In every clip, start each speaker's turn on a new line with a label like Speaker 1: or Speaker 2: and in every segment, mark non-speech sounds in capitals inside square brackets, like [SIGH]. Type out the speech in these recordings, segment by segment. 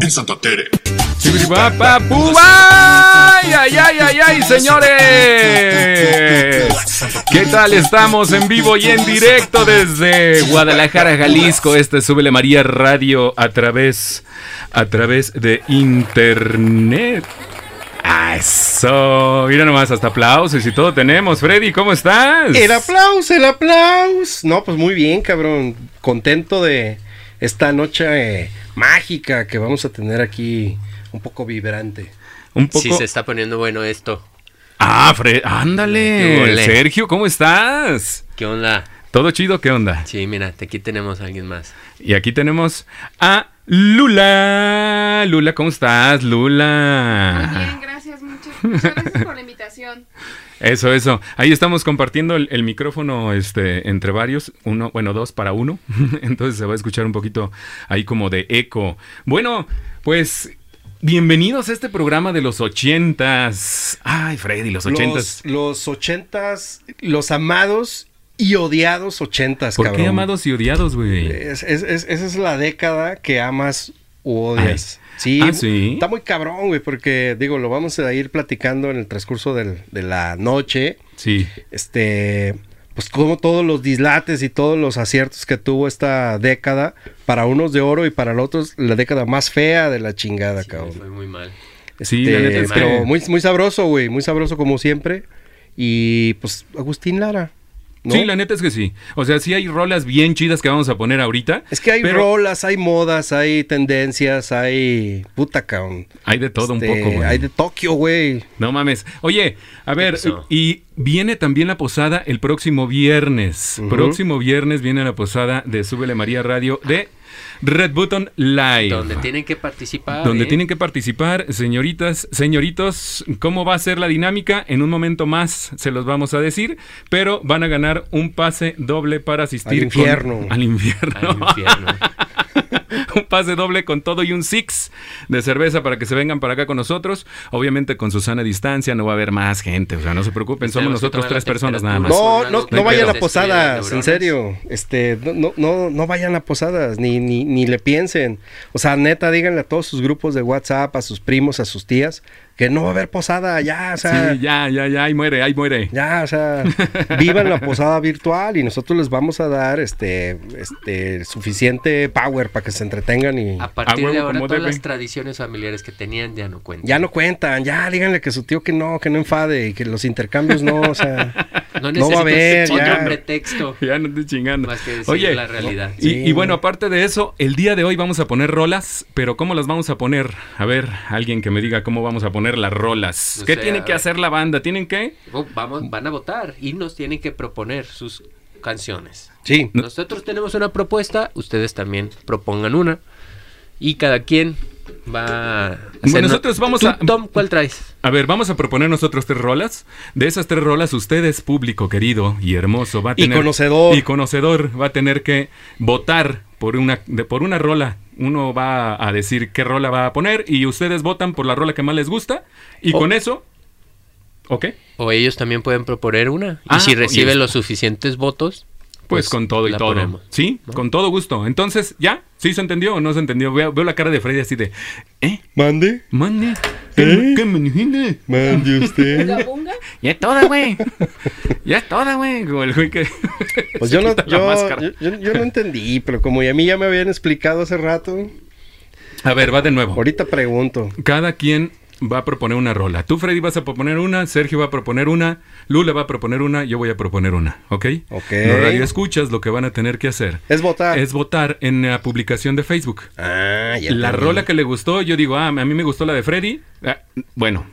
Speaker 1: en Santa Tere.
Speaker 2: ¡Ay, ay, ay, ay, ay, señores! ¿Qué tal? Estamos en vivo y en directo desde Guadalajara, Jalisco. Este es Súbele María Radio a través, a través de internet. Ah, Eso, mira nomás, hasta aplausos y todo tenemos. Freddy, ¿cómo estás?
Speaker 3: El aplauso, el aplauso. No, pues muy bien, cabrón. Contento de esta noche eh, mágica que vamos a tener aquí, un poco vibrante.
Speaker 2: Un poco.
Speaker 4: Sí, se está poniendo bueno esto.
Speaker 2: Ah, Fred, ándale.
Speaker 4: Qué ole.
Speaker 2: Sergio, ¿cómo estás?
Speaker 4: ¿Qué onda?
Speaker 2: ¿Todo chido? ¿Qué onda?
Speaker 4: Sí, mira, te- aquí tenemos a alguien más.
Speaker 2: Y aquí tenemos a Lula. Lula, ¿cómo estás,
Speaker 5: Muy
Speaker 2: Lula?
Speaker 5: bien, gracias, muchas, muchas gracias por la invitación.
Speaker 2: Eso, eso. Ahí estamos compartiendo el, el micrófono este, entre varios. Uno, bueno, dos para uno. [LAUGHS] Entonces se va a escuchar un poquito ahí como de eco. Bueno, pues bienvenidos a este programa de los ochentas. Ay, Freddy, los ochentas.
Speaker 3: Los, los ochentas, los amados y odiados ochentas,
Speaker 2: ¿Por
Speaker 3: cabrón. Eh,
Speaker 2: qué amados y odiados, güey?
Speaker 3: Es- es- es- esa es la década que amas u odias. Sí,
Speaker 2: Ah, sí.
Speaker 3: está muy cabrón, güey, porque digo, lo vamos a ir platicando en el transcurso del- de la noche.
Speaker 2: Sí.
Speaker 3: este pues como todos los dislates y todos los aciertos que tuvo esta década, para unos de oro y para los otros la década más fea de la chingada,
Speaker 4: Sí, me fue
Speaker 3: cabrón.
Speaker 4: muy mal.
Speaker 2: Sí, la
Speaker 3: Este,
Speaker 2: neta es
Speaker 3: pero
Speaker 2: que-
Speaker 3: muy, muy sabroso, güey, muy sabroso como siempre. Y pues Agustín Lara. ¿no?
Speaker 2: Sí, la neta es que sí. O sea, sí hay rolas bien chidas que vamos a poner ahorita.
Speaker 3: Es que hay
Speaker 2: pero
Speaker 3: rolas, hay modas, hay tendencias, hay puta cabrón.
Speaker 2: Hay de todo
Speaker 3: Este,
Speaker 2: un poco, güey.
Speaker 3: Hay de Tokio, güey.
Speaker 2: No mames. Oye, a ver,
Speaker 4: pasó?
Speaker 2: y viene también la posada el próximo viernes.
Speaker 3: Ujú.
Speaker 2: Próximo viernes viene la posada de Súbele María Radio de Red Button Live.
Speaker 4: Donde tienen que participar.
Speaker 2: Donde
Speaker 4: ¿eh?
Speaker 2: tienen que participar, señoritas, señoritos, cómo va a ser la dinámica, en un momento más se los vamos a decir, pero van a ganar un pase doble para asistir
Speaker 3: Al
Speaker 2: con-
Speaker 3: infierno.
Speaker 2: al infierno.
Speaker 4: Al
Speaker 2: [LAUGHS]
Speaker 4: infierno.
Speaker 2: un pase doble con todo y un six de cerveza para que se vengan para acá con nosotros. Obviamente con Susana distancia no va a haber más gente, o sea, no se preocupen,
Speaker 4: Y
Speaker 2: somos
Speaker 4: tenemos que
Speaker 2: nosotros
Speaker 4: tomar la
Speaker 2: tres personas nada más.
Speaker 4: temperatura.
Speaker 3: No,
Speaker 4: Unas
Speaker 3: no,
Speaker 4: notas
Speaker 3: no vayan a
Speaker 4: destruyen
Speaker 3: posadas,
Speaker 4: neuronas.
Speaker 3: en serio. Este, no, no, no, no vayan a posadas, ni, ni, ni le piensen. O sea, neta, díganle a todos sus grupos de WhatsApp, a sus primos, a sus tías, que no va a haber posada, ya, o sea,
Speaker 2: Sí, ya, ya, ya, ahí muere, ahí muere. [LAUGHS]
Speaker 3: ya, o sea, vivan la posada virtual y nosotros les vamos a dar este, este, suficiente power para que se entretengan y
Speaker 4: A partir
Speaker 2: huevo,
Speaker 4: de ahora,
Speaker 2: como
Speaker 4: todas
Speaker 2: debe.
Speaker 4: las tradiciones familiares que tenían ya no cuentan.
Speaker 3: ya no cuentan, ya, díganle que su tío que no, que no enfade y que los intercambios no, o sea,
Speaker 4: No
Speaker 3: no va a haber,
Speaker 4: necesitas otro
Speaker 3: ya.
Speaker 4: pretexto
Speaker 2: Ya no estoy chingando.
Speaker 4: más que decir
Speaker 2: Oye,
Speaker 4: la realidad.
Speaker 2: y,
Speaker 3: Sí.
Speaker 2: y bueno, aparte de eso, el día de hoy vamos a poner rolas, pero ¿cómo las vamos a poner? A ver, alguien que me diga cómo vamos a poner las rolas.
Speaker 4: No
Speaker 2: ¿Qué
Speaker 4: sé,
Speaker 2: tiene
Speaker 4: a
Speaker 2: que
Speaker 4: ver.
Speaker 2: hacer la banda? ¿Tienen que?
Speaker 4: Oh, Vamos, van a votar y nos tienen que proponer sus canciones.
Speaker 3: sí.
Speaker 4: Nosotros tenemos una propuesta, ustedes también propongan una. Y cada quien va a hacer-
Speaker 2: nosotros vamos
Speaker 4: ¿Tú,
Speaker 2: a-
Speaker 4: Tom, ¿cuál traes?
Speaker 2: A ver, vamos a proponer nosotros tres rolas. De esas tres rolas, ustedes, público querido y hermoso, va a
Speaker 3: Y
Speaker 2: tener.
Speaker 3: conocedor.
Speaker 2: Y conocedor, va a tener que votar por una, de- por una rola. Uno va a decir qué rola va a poner y ustedes votan por la rola que más les gusta. Y
Speaker 4: Oh.
Speaker 2: con eso. ¿Ok? pues
Speaker 4: O ellos también pueden proponer una.
Speaker 2: Ah,
Speaker 4: y si
Speaker 2: oye,
Speaker 4: recibe
Speaker 2: está.
Speaker 4: los suficientes votos,
Speaker 2: Pues, con todo y
Speaker 4: la
Speaker 2: todo.
Speaker 4: ponemos.
Speaker 2: Sí, con todo gusto. Entonces, ¿ya? ¿Sí se entendió o no se entendió? Veo, veo la cara de Freddy así de. ¿Eh?
Speaker 3: Mande,
Speaker 2: ¿Mande?
Speaker 3: ¿Eh?
Speaker 2: ¿Qué me dijiste?
Speaker 3: mande
Speaker 5: [LAUGHS]
Speaker 3: usted.
Speaker 5: ¿Gabunga?
Speaker 2: Ya es toda, güey. ya es toda, güey. Como el güey que. [LAUGHS]
Speaker 3: Pues
Speaker 2: se
Speaker 3: yo no,
Speaker 2: quita la
Speaker 3: yo,
Speaker 2: máscara.
Speaker 3: yo- yo- yo no entendí, pero como ya a mí ya me habían explicado hace rato,
Speaker 2: A ver, va de nuevo.
Speaker 3: ahorita pregunto.
Speaker 2: Cada quien va a proponer una rola. Tú, Freddy, vas a proponer una, Sergio va a proponer una, Lula va a proponer una, yo voy a proponer una, ¿ok?
Speaker 3: Ok.
Speaker 2: Los radioescuchas lo que van a tener que hacer
Speaker 3: Es votar.
Speaker 2: es votar en la publicación de Facebook.
Speaker 3: Ah, ya
Speaker 2: La
Speaker 3: entendí.
Speaker 2: rola que le gustó, yo digo, ah, a mí me gustó la de Freddy. Ah, bueno.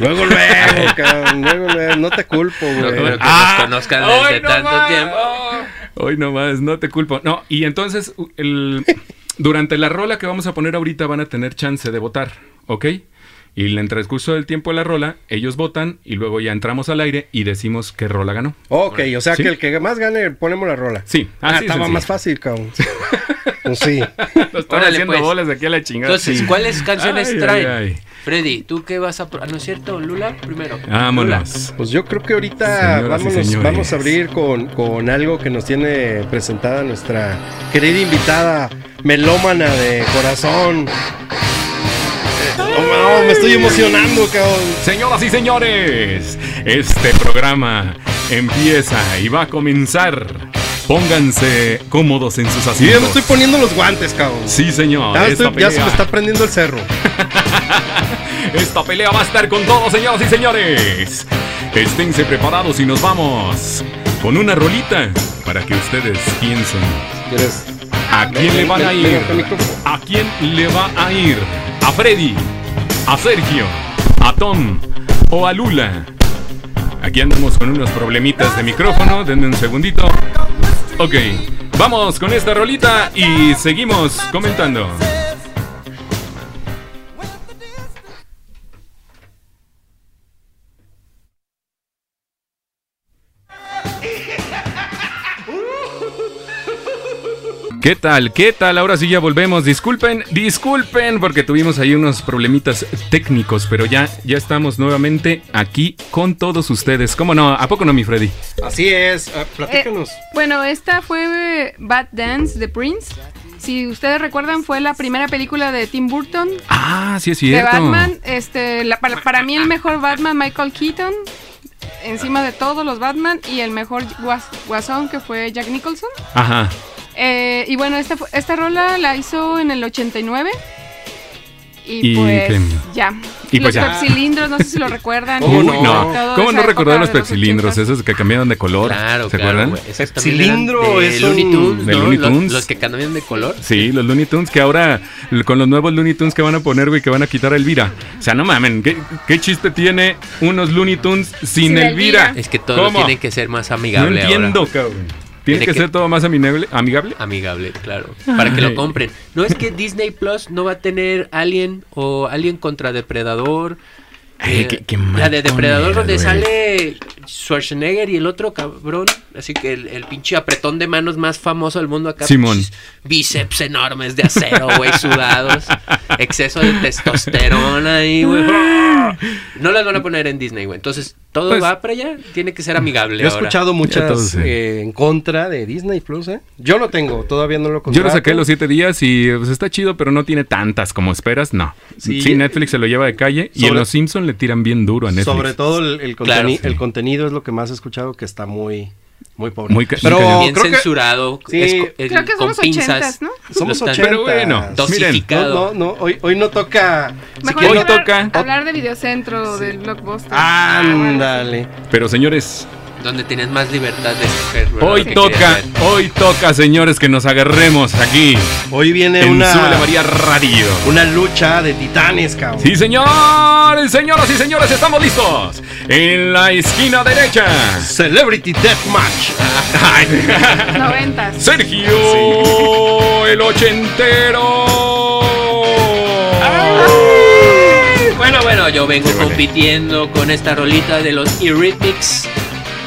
Speaker 3: Luego, luego,
Speaker 2: [LAUGHS]
Speaker 3: cabrón, luego, luego, no te culpo,
Speaker 4: No
Speaker 3: güey.
Speaker 4: creo que
Speaker 2: Ah,
Speaker 4: nos conozcan desde
Speaker 2: ¡ay, no
Speaker 4: tanto
Speaker 2: más!
Speaker 4: tiempo.
Speaker 2: Hoy nomás, no te culpo. No, y entonces, u- el- durante la rola que vamos a poner ahorita van a tener chance de votar, ¿ok? Y en el transcurso del tiempo de la rola, ellos votan y luego ya entramos al aire y decimos qué rola ganó.
Speaker 3: Ok, o sea
Speaker 2: Sí.
Speaker 3: que el que más gane, ponemos la rola.
Speaker 2: Sí,
Speaker 3: Ah,
Speaker 2: así de
Speaker 3: estaba
Speaker 2: sencillo.
Speaker 3: más fácil, cabrón. Pues sí.
Speaker 2: Lo están
Speaker 4: Órale,
Speaker 2: haciendo [LAUGHS]
Speaker 4: pues.
Speaker 2: bolas de aquí a la chingada.
Speaker 4: Entonces,
Speaker 2: Sí.
Speaker 4: ¿cuáles canciones
Speaker 2: Ay, ay,
Speaker 4: traen?
Speaker 2: ay.
Speaker 4: Freddy, ¿tú qué vas a.? pro- ah, ¿No es cierto? Lula primero.
Speaker 2: Vámonos.
Speaker 3: Pues yo creo que ahorita
Speaker 2: Señoras y
Speaker 3: vámonos-
Speaker 2: señores.
Speaker 3: vamos a abrir con, con algo que nos tiene presentada nuestra querida invitada melómana de corazón. Eh, no, no, me estoy emocionando, cabrón.
Speaker 2: Señoras y señores, este programa empieza y va a comenzar. Pónganse cómodos en sus
Speaker 3: Y
Speaker 2: asientos.
Speaker 3: ya me estoy poniendo los guantes, cabrón.
Speaker 2: Sí, señor.
Speaker 3: Ya,
Speaker 2: esta,
Speaker 3: estoy- ya
Speaker 2: pelea,
Speaker 3: se me está prendiendo el cerro.
Speaker 2: esta pelea va a estar con todos, señoras y señores. Esténse preparados y nos vamos con una rolita para que ustedes piensen
Speaker 3: ¿Quieres?
Speaker 2: a quién le van a
Speaker 3: Ven-
Speaker 2: ir.
Speaker 3: ven acá al micrófono.
Speaker 2: ¿A quién le va a ir? ¿A Freddy? ¿A Sergio? ¿A Tom? ¿O a Lula? Aquí andamos con unos problemitas de micrófono, denme un segundito. Ok, vamos con esta rolita y seguimos comentando. ¿Qué tal? ¿Qué tal? Ahora sí ya volvemos. Disculpen, disculpen porque tuvimos ahí unos problemitas técnicos, pero ya, ya estamos nuevamente aquí con todos ustedes. ¿Cómo no? ¿A poco no, mi Freddy?
Speaker 3: Así es, ah, platícanos.
Speaker 5: Bueno, esta fue eh, Bad Dance de Prince. Si ustedes recuerdan, fue la primera película de Tim Burton
Speaker 2: Ah, sí es
Speaker 5: de
Speaker 2: cierto.
Speaker 5: Batman. Este, la- para, para mí el mejor Batman, Michael Keaton, encima de todos los Batman, y el mejor guas- guasón que fue Jack Nicholson.
Speaker 2: Ajá.
Speaker 5: Eh, y bueno, esta, fu- esta rola la hizo en el 89. Y,
Speaker 2: Y
Speaker 5: pues
Speaker 2: que-
Speaker 5: ya.
Speaker 2: y
Speaker 5: los
Speaker 2: pues ya.
Speaker 5: pepsilindros, no sé si lo recuerdan.
Speaker 2: [LAUGHS]
Speaker 3: ¿Cómo
Speaker 2: Uy,
Speaker 3: no?
Speaker 2: no.
Speaker 5: Todo
Speaker 2: ¿Cómo
Speaker 5: esa
Speaker 2: no
Speaker 5: época
Speaker 2: recordar los
Speaker 5: de
Speaker 2: pepsilindros?
Speaker 5: 80s?
Speaker 2: Esos que cambiaron de color.
Speaker 4: Claro,
Speaker 2: ¿Se
Speaker 4: claro.
Speaker 2: acuerdan?
Speaker 4: güey. Esos también eran
Speaker 3: Cilindro
Speaker 4: de
Speaker 3: es
Speaker 4: Looney
Speaker 3: un-
Speaker 4: Tunes,
Speaker 2: de
Speaker 4: ¿no?
Speaker 2: Looney
Speaker 4: Los-
Speaker 2: Tunes.
Speaker 4: Los, que cambian de color.
Speaker 2: Sí, los Looney Tunes que ahora, l- con los nuevos Looney Tunes que van a poner, güey, que van a quitar a Elvira. O sea, no mamen, ¿qué, qué chiste tiene unos Looney Tunes sin,
Speaker 5: Sin
Speaker 2: Elvira?
Speaker 5: Elvira.
Speaker 4: Es que todo
Speaker 2: ¿Cómo?
Speaker 4: tiene que ser más
Speaker 2: No
Speaker 4: amigable
Speaker 2: entiendo,
Speaker 4: ahora.
Speaker 2: cabrón. ¿Tiene,
Speaker 4: Tiene
Speaker 2: que,
Speaker 4: que-
Speaker 2: ser todo más amigable? amigable?
Speaker 4: Amigable, claro. Para que lo
Speaker 2: Ay.
Speaker 4: compren. No es que Disney Plus no va a tener Alien o Alien contra Depredador.
Speaker 2: Ay,
Speaker 4: Eh,
Speaker 2: qué- qué mal
Speaker 4: la de Depredador
Speaker 2: tonera,
Speaker 4: donde
Speaker 2: güey.
Speaker 4: sale Schwarzenegger y el otro cabrón. Así que el, el pinche apretón de manos más famoso del mundo acá.
Speaker 2: Simón.
Speaker 4: pinches Bíceps enormes de acero, güey,
Speaker 2: [LAUGHS]
Speaker 4: sudados. Exceso de testosterona ahí, güey. No las van a poner en Disney, güey. Entonces, todo
Speaker 2: Ah. Pues-
Speaker 4: va para allá. Tiene que ser amigable
Speaker 3: Yo he
Speaker 4: ahora.
Speaker 3: escuchado
Speaker 2: Ya todo
Speaker 3: muchas
Speaker 2: sé.
Speaker 3: eh, en contra de Disney Plus, ¿eh? Yo lo tengo, todavía no lo
Speaker 2: Yo
Speaker 3: contrato.
Speaker 2: lo saqué los siete días y pues, está chido, pero no tiene tantas como esperas, no. Sí,
Speaker 3: Sí.
Speaker 2: Netflix se lo lleva de calle y
Speaker 3: Sobre-
Speaker 2: en Los Simpson le tiran bien duro a Netflix.
Speaker 3: Sobre todo el, el
Speaker 4: Claro.
Speaker 3: conteni-
Speaker 2: Sí.
Speaker 3: el contenido es lo que más he escuchado que está muy, muy pobre.
Speaker 2: Muy ca-
Speaker 3: Pero
Speaker 2: muy cañón.
Speaker 4: bien
Speaker 3: creo que
Speaker 4: censurado.
Speaker 3: sí.
Speaker 4: esco- el-
Speaker 5: Creo que son
Speaker 4: con
Speaker 5: los
Speaker 4: pinzas.
Speaker 5: ochentas, ¿no?
Speaker 3: somos
Speaker 4: Los tan-
Speaker 3: 80.
Speaker 2: Pero bueno, miren,
Speaker 4: Dosificado.
Speaker 3: No, no, no, hoy, hoy no toca.
Speaker 5: Mejor
Speaker 2: Hoy
Speaker 5: hablar,
Speaker 2: toca-
Speaker 5: hablar de videocentro, del blockbuster. Ah,
Speaker 3: Ándale.
Speaker 2: Pero señores,
Speaker 4: Donde tenías más libertad de escoger. ¿verdad?
Speaker 2: hoy
Speaker 4: Lo que
Speaker 2: toca,
Speaker 4: querías ver.
Speaker 2: hoy toca, señores, que nos agarremos aquí
Speaker 3: Hoy viene
Speaker 2: en
Speaker 3: una,
Speaker 2: Súbele María Radio.
Speaker 3: una lucha de titanes, cabrón.
Speaker 2: Sí, señor, señoras y señores, estamos listos. En la esquina derecha,
Speaker 3: Celebrity Deathmatch.
Speaker 5: Noventas.
Speaker 2: [LAUGHS] Sergio, el ochentero.
Speaker 4: Bueno, bueno, yo vengo compitiendo con esta rolita de los Eurythmics.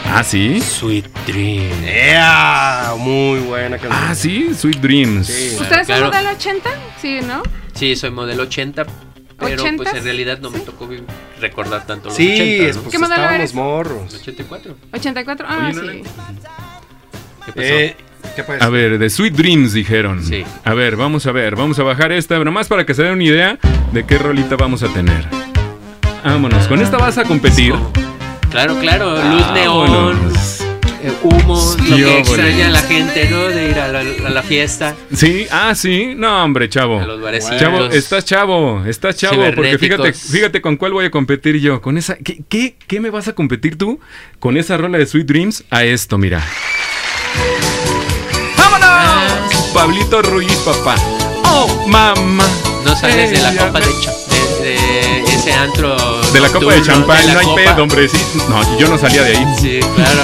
Speaker 2: Ah, sí.
Speaker 4: Sweet Dream.
Speaker 3: ¡Ea! Muy buena canción.
Speaker 2: Ah, sí, Sweet Dreams.
Speaker 3: Sí.
Speaker 5: ¿Ustedes
Speaker 4: Claro.
Speaker 5: son del 80? Sí, ¿no?
Speaker 4: Sí, soy modelo 80, pero pues
Speaker 5: ¿Ochentas?
Speaker 4: en realidad no me tocó vi- recordar tanto los
Speaker 3: Sí,
Speaker 4: 80.
Speaker 3: es,
Speaker 4: ¿no?
Speaker 3: pues
Speaker 5: ¿Qué modelo
Speaker 3: estábamos
Speaker 5: eres?
Speaker 3: morros.
Speaker 4: 84.
Speaker 5: ¿84? Ah,
Speaker 2: Oye, no
Speaker 5: sí.
Speaker 4: ¿Qué pasó?
Speaker 3: Eh, ¿Qué pasa?
Speaker 2: A ver, de Sweet Dreams dijeron.
Speaker 4: Sí.
Speaker 2: A ver, vamos a ver, vamos a bajar esta, pero más para que se den una idea de qué rolita vamos a tener. Vámonos, con esta vas a competir.
Speaker 4: Claro, claro, luz neón,
Speaker 2: Vámonos.
Speaker 4: eh, humo, lo
Speaker 2: Sí,
Speaker 4: que
Speaker 2: óvole.
Speaker 4: extraña a la gente, ¿no? De ir a la, a la fiesta,
Speaker 2: Sí, ah, sí. No, hombre, chavo.
Speaker 4: a los barecitos.
Speaker 2: Chavo, estás chavo, estás chavo, porque fíjate,
Speaker 4: Cibernéticos.
Speaker 2: fíjate con cuál voy a competir yo. Con esa, ¿qué, qué, qué me vas a competir tú con esa rola de Sweet Dreams a esto, mira? ¡Vámonos! Pablito Ruiz, papá. ¡Oh, mamá!
Speaker 4: No sales de la
Speaker 2: Ella
Speaker 4: copa
Speaker 2: me-
Speaker 4: de, cha- de- de ese antro.
Speaker 2: Eh, De la copa de
Speaker 4: nocturno,
Speaker 2: champán,
Speaker 4: la
Speaker 2: no hay
Speaker 4: copa.
Speaker 2: pedo, hombre. Sí, no, yo no salía de ahí.
Speaker 4: Sí, claro.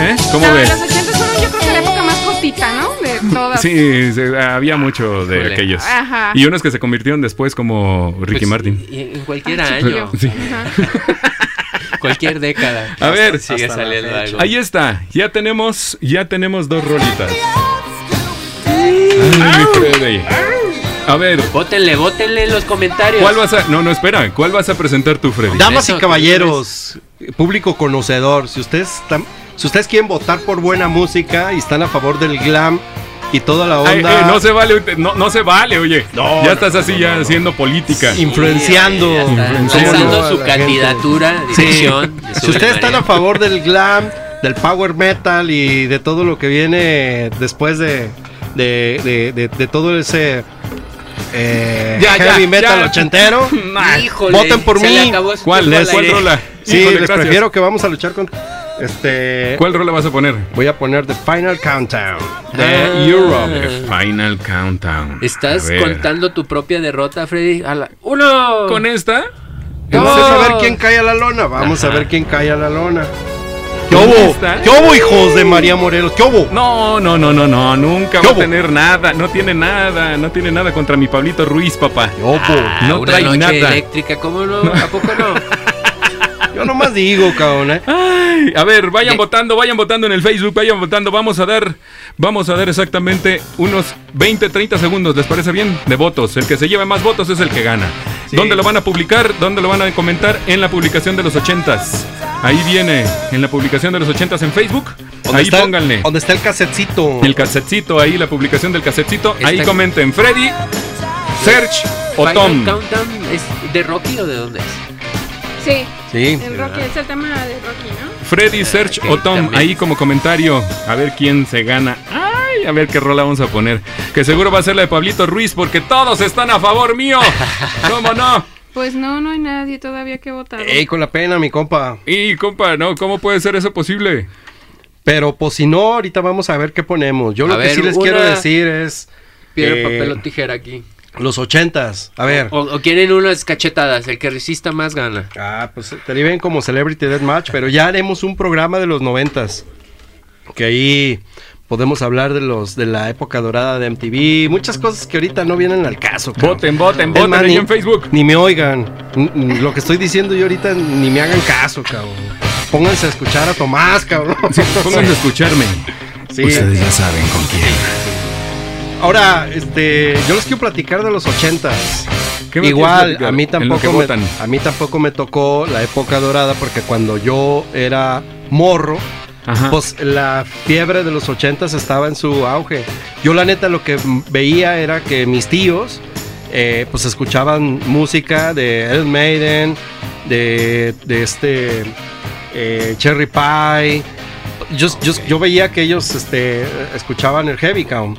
Speaker 2: ¿Eh? ¿Cómo
Speaker 5: No,
Speaker 2: ves?
Speaker 5: Los 80 fueron yo creo que la época más cortita, ¿no? De todas.
Speaker 2: Sí, se- había mucho de
Speaker 4: Híjole.
Speaker 2: aquellos.
Speaker 5: Ajá.
Speaker 2: Y unos que se convirtieron después como [LAUGHS] Ricky
Speaker 4: Pues,
Speaker 2: Martin.
Speaker 4: y- En cualquier
Speaker 5: Ah,
Speaker 4: año,
Speaker 5: chiquillo.
Speaker 2: Sí.
Speaker 5: Ajá.
Speaker 4: cualquier década.
Speaker 2: [LAUGHS] A ver.
Speaker 4: sigue
Speaker 3: Hasta la
Speaker 4: saliendo
Speaker 3: fecha.
Speaker 4: algo.
Speaker 2: Ahí está, ya tenemos, ya tenemos dos rolitas. Ay, mi Freddy. A ver,
Speaker 4: Bótenle, bótenle en los comentarios.
Speaker 2: ¿cuál vas a.? No, no, espera. ¿Cuál vas a presentar tú, Freddy?
Speaker 3: Damas y
Speaker 4: Eso,
Speaker 3: caballeros, público conocedor, si ustedes están, si ustedes quieren votar por buena música y están a favor del glam y toda la onda,
Speaker 2: Ay, eh, no se vale, no, no se vale, oye.
Speaker 3: No,
Speaker 2: ya
Speaker 3: no,
Speaker 2: estás así, ya haciendo política.
Speaker 3: influenciando,
Speaker 4: Sí, ya está.
Speaker 2: Influenciando.
Speaker 4: Lanzando
Speaker 3: a
Speaker 4: su
Speaker 3: la gente.
Speaker 4: candidatura,
Speaker 3: Sí.
Speaker 4: dirección. de
Speaker 3: Si ustedes están a
Speaker 4: María.
Speaker 3: favor del glam, del power metal y de todo lo que viene después de, de, de- de- de todo ese eh,
Speaker 2: Ya, ya,
Speaker 3: heavy
Speaker 2: ya.
Speaker 3: metal
Speaker 2: [LAUGHS]
Speaker 3: ochentero,
Speaker 2: Nah.
Speaker 4: Híjole,
Speaker 3: voten por
Speaker 4: se
Speaker 3: mí.
Speaker 4: le acabó este
Speaker 2: ¿Cuál?
Speaker 4: tiempo al
Speaker 2: Les- ¿Cuál
Speaker 4: aire.
Speaker 2: rola?
Speaker 3: sí,
Speaker 2: Híjole,
Speaker 3: les
Speaker 2: gracias.
Speaker 3: prefiero que vamos a luchar con este.
Speaker 2: ¿Cuál rola vas a poner? Eh,
Speaker 3: Voy a poner The Final Countdown de
Speaker 4: Ah.
Speaker 3: Europe.
Speaker 2: Final Countdown. A
Speaker 4: Estás
Speaker 2: ver.
Speaker 4: contando tu propia derrota, Freddy. A la- ¡Uno!
Speaker 3: Oh.
Speaker 2: ¿Con esta?
Speaker 3: Vamos a
Speaker 4: Dos.
Speaker 3: ver quién cae a la lona. Vamos a
Speaker 4: Ajá.
Speaker 3: ver quién cae a la lona. ¿Qué
Speaker 2: ¿Dónde
Speaker 3: hubo?
Speaker 2: está?
Speaker 3: ¿Qué hubo, hijos de María Morelos? ¿Qué hubo?
Speaker 2: No, no, no, no, no. Nunca va
Speaker 3: ¿Qué
Speaker 2: a
Speaker 3: hubo?
Speaker 2: tener nada. No tiene nada. No tiene nada contra mi Pablito Ruiz, papá.
Speaker 3: ¿Qué hubo?
Speaker 4: Ah,
Speaker 2: No
Speaker 4: una
Speaker 2: trae
Speaker 4: noche
Speaker 2: nada.
Speaker 4: eléctrica, ¿cómo no? ¿A poco no?
Speaker 2: [LAUGHS]
Speaker 3: Yo nomás digo, cabrón. ¿eh?
Speaker 2: Ay, a ver, vayan
Speaker 4: Ya.
Speaker 2: votando, vayan votando en el Facebook, vayan votando. Vamos a dar, vamos a dar exactamente unos 20, 30 segundos, ¿les parece bien? De votos. El que se lleve más votos es el que gana.
Speaker 3: Sí.
Speaker 2: ¿Dónde lo van a publicar? ¿Dónde lo van a comentar? En la publicación de los 80s. Ahí viene, en la publicación de los 80s en Facebook.
Speaker 3: ¿Dónde
Speaker 2: Ahí
Speaker 3: está-
Speaker 2: pónganle.
Speaker 3: ¿Dónde está el casetcito?
Speaker 2: El casetcito, ahí la publicación del casetcito. Ahí
Speaker 4: Está-
Speaker 2: comenten Freddy, Serge o
Speaker 4: Final
Speaker 2: Tom.
Speaker 4: Countdown es de Rocky o de dónde es?
Speaker 5: Sí.
Speaker 3: Sí.
Speaker 5: En Rocky, es el tema de Rocky, ¿no?
Speaker 2: Freddy, Serge
Speaker 4: ok,
Speaker 2: o Tom,
Speaker 4: también.
Speaker 2: ahí como comentario. A ver quién se gana. Ay, a ver qué rola vamos a poner. Que seguro va a ser la de Pablito Ruiz porque todos están a favor mío. ¿Cómo no?
Speaker 5: Pues no, no hay nadie todavía que votar.
Speaker 3: Ey, con la pena, mi compa.
Speaker 2: Y compa, no, ¿cómo puede ser eso posible?
Speaker 3: Pero pues si no, ahorita vamos a ver qué ponemos. Yo
Speaker 4: A
Speaker 3: lo que
Speaker 4: ver,
Speaker 3: sí les
Speaker 4: una-
Speaker 3: quiero decir es
Speaker 4: Piedra,
Speaker 3: Eh,
Speaker 4: papel o tijera aquí.
Speaker 3: los ochentas. A ver.
Speaker 2: Oh,
Speaker 4: O, o quieren unas cachetadas, el que resista más gana.
Speaker 3: Ah, pues te ven como Celebrity Deathmatch, pero ya haremos un programa de los noventas. Que ahí podemos hablar de los de la época dorada de MTV, muchas cosas que ahorita no vienen al caso. cabrón.
Speaker 2: Voten, voten,
Speaker 3: Es
Speaker 2: voten
Speaker 3: más,
Speaker 2: ahí
Speaker 3: ni-
Speaker 2: en Facebook.
Speaker 3: Ni me oigan. N- n- Lo que estoy diciendo yo ahorita ni me hagan caso, cabrón. Pónganse a escuchar a
Speaker 2: [LAUGHS]
Speaker 3: Tomás, cabrón.
Speaker 2: Pónganse a escucharme.
Speaker 3: Sí.
Speaker 2: ya saben con quién.
Speaker 3: Ahora, este, yo les quiero platicar de los ochentas.
Speaker 2: ¿Qué me quieres
Speaker 3: Igual,
Speaker 2: platicar?
Speaker 3: a mí,
Speaker 2: En lo que
Speaker 3: tampoco me,
Speaker 2: votan.
Speaker 3: a mí tampoco me tocó la época dorada porque cuando yo era morro,
Speaker 4: Ah.
Speaker 2: Ajá.
Speaker 3: pues la fiebre de los ochentas estaba en su auge. Yo la neta lo que m- veía era que mis tíos, eh, pues escuchaban música de Iron Maiden, de, de este eh, Cherry Pie. Yo, yo- yo veía que ellos este, escuchaban el heavy count.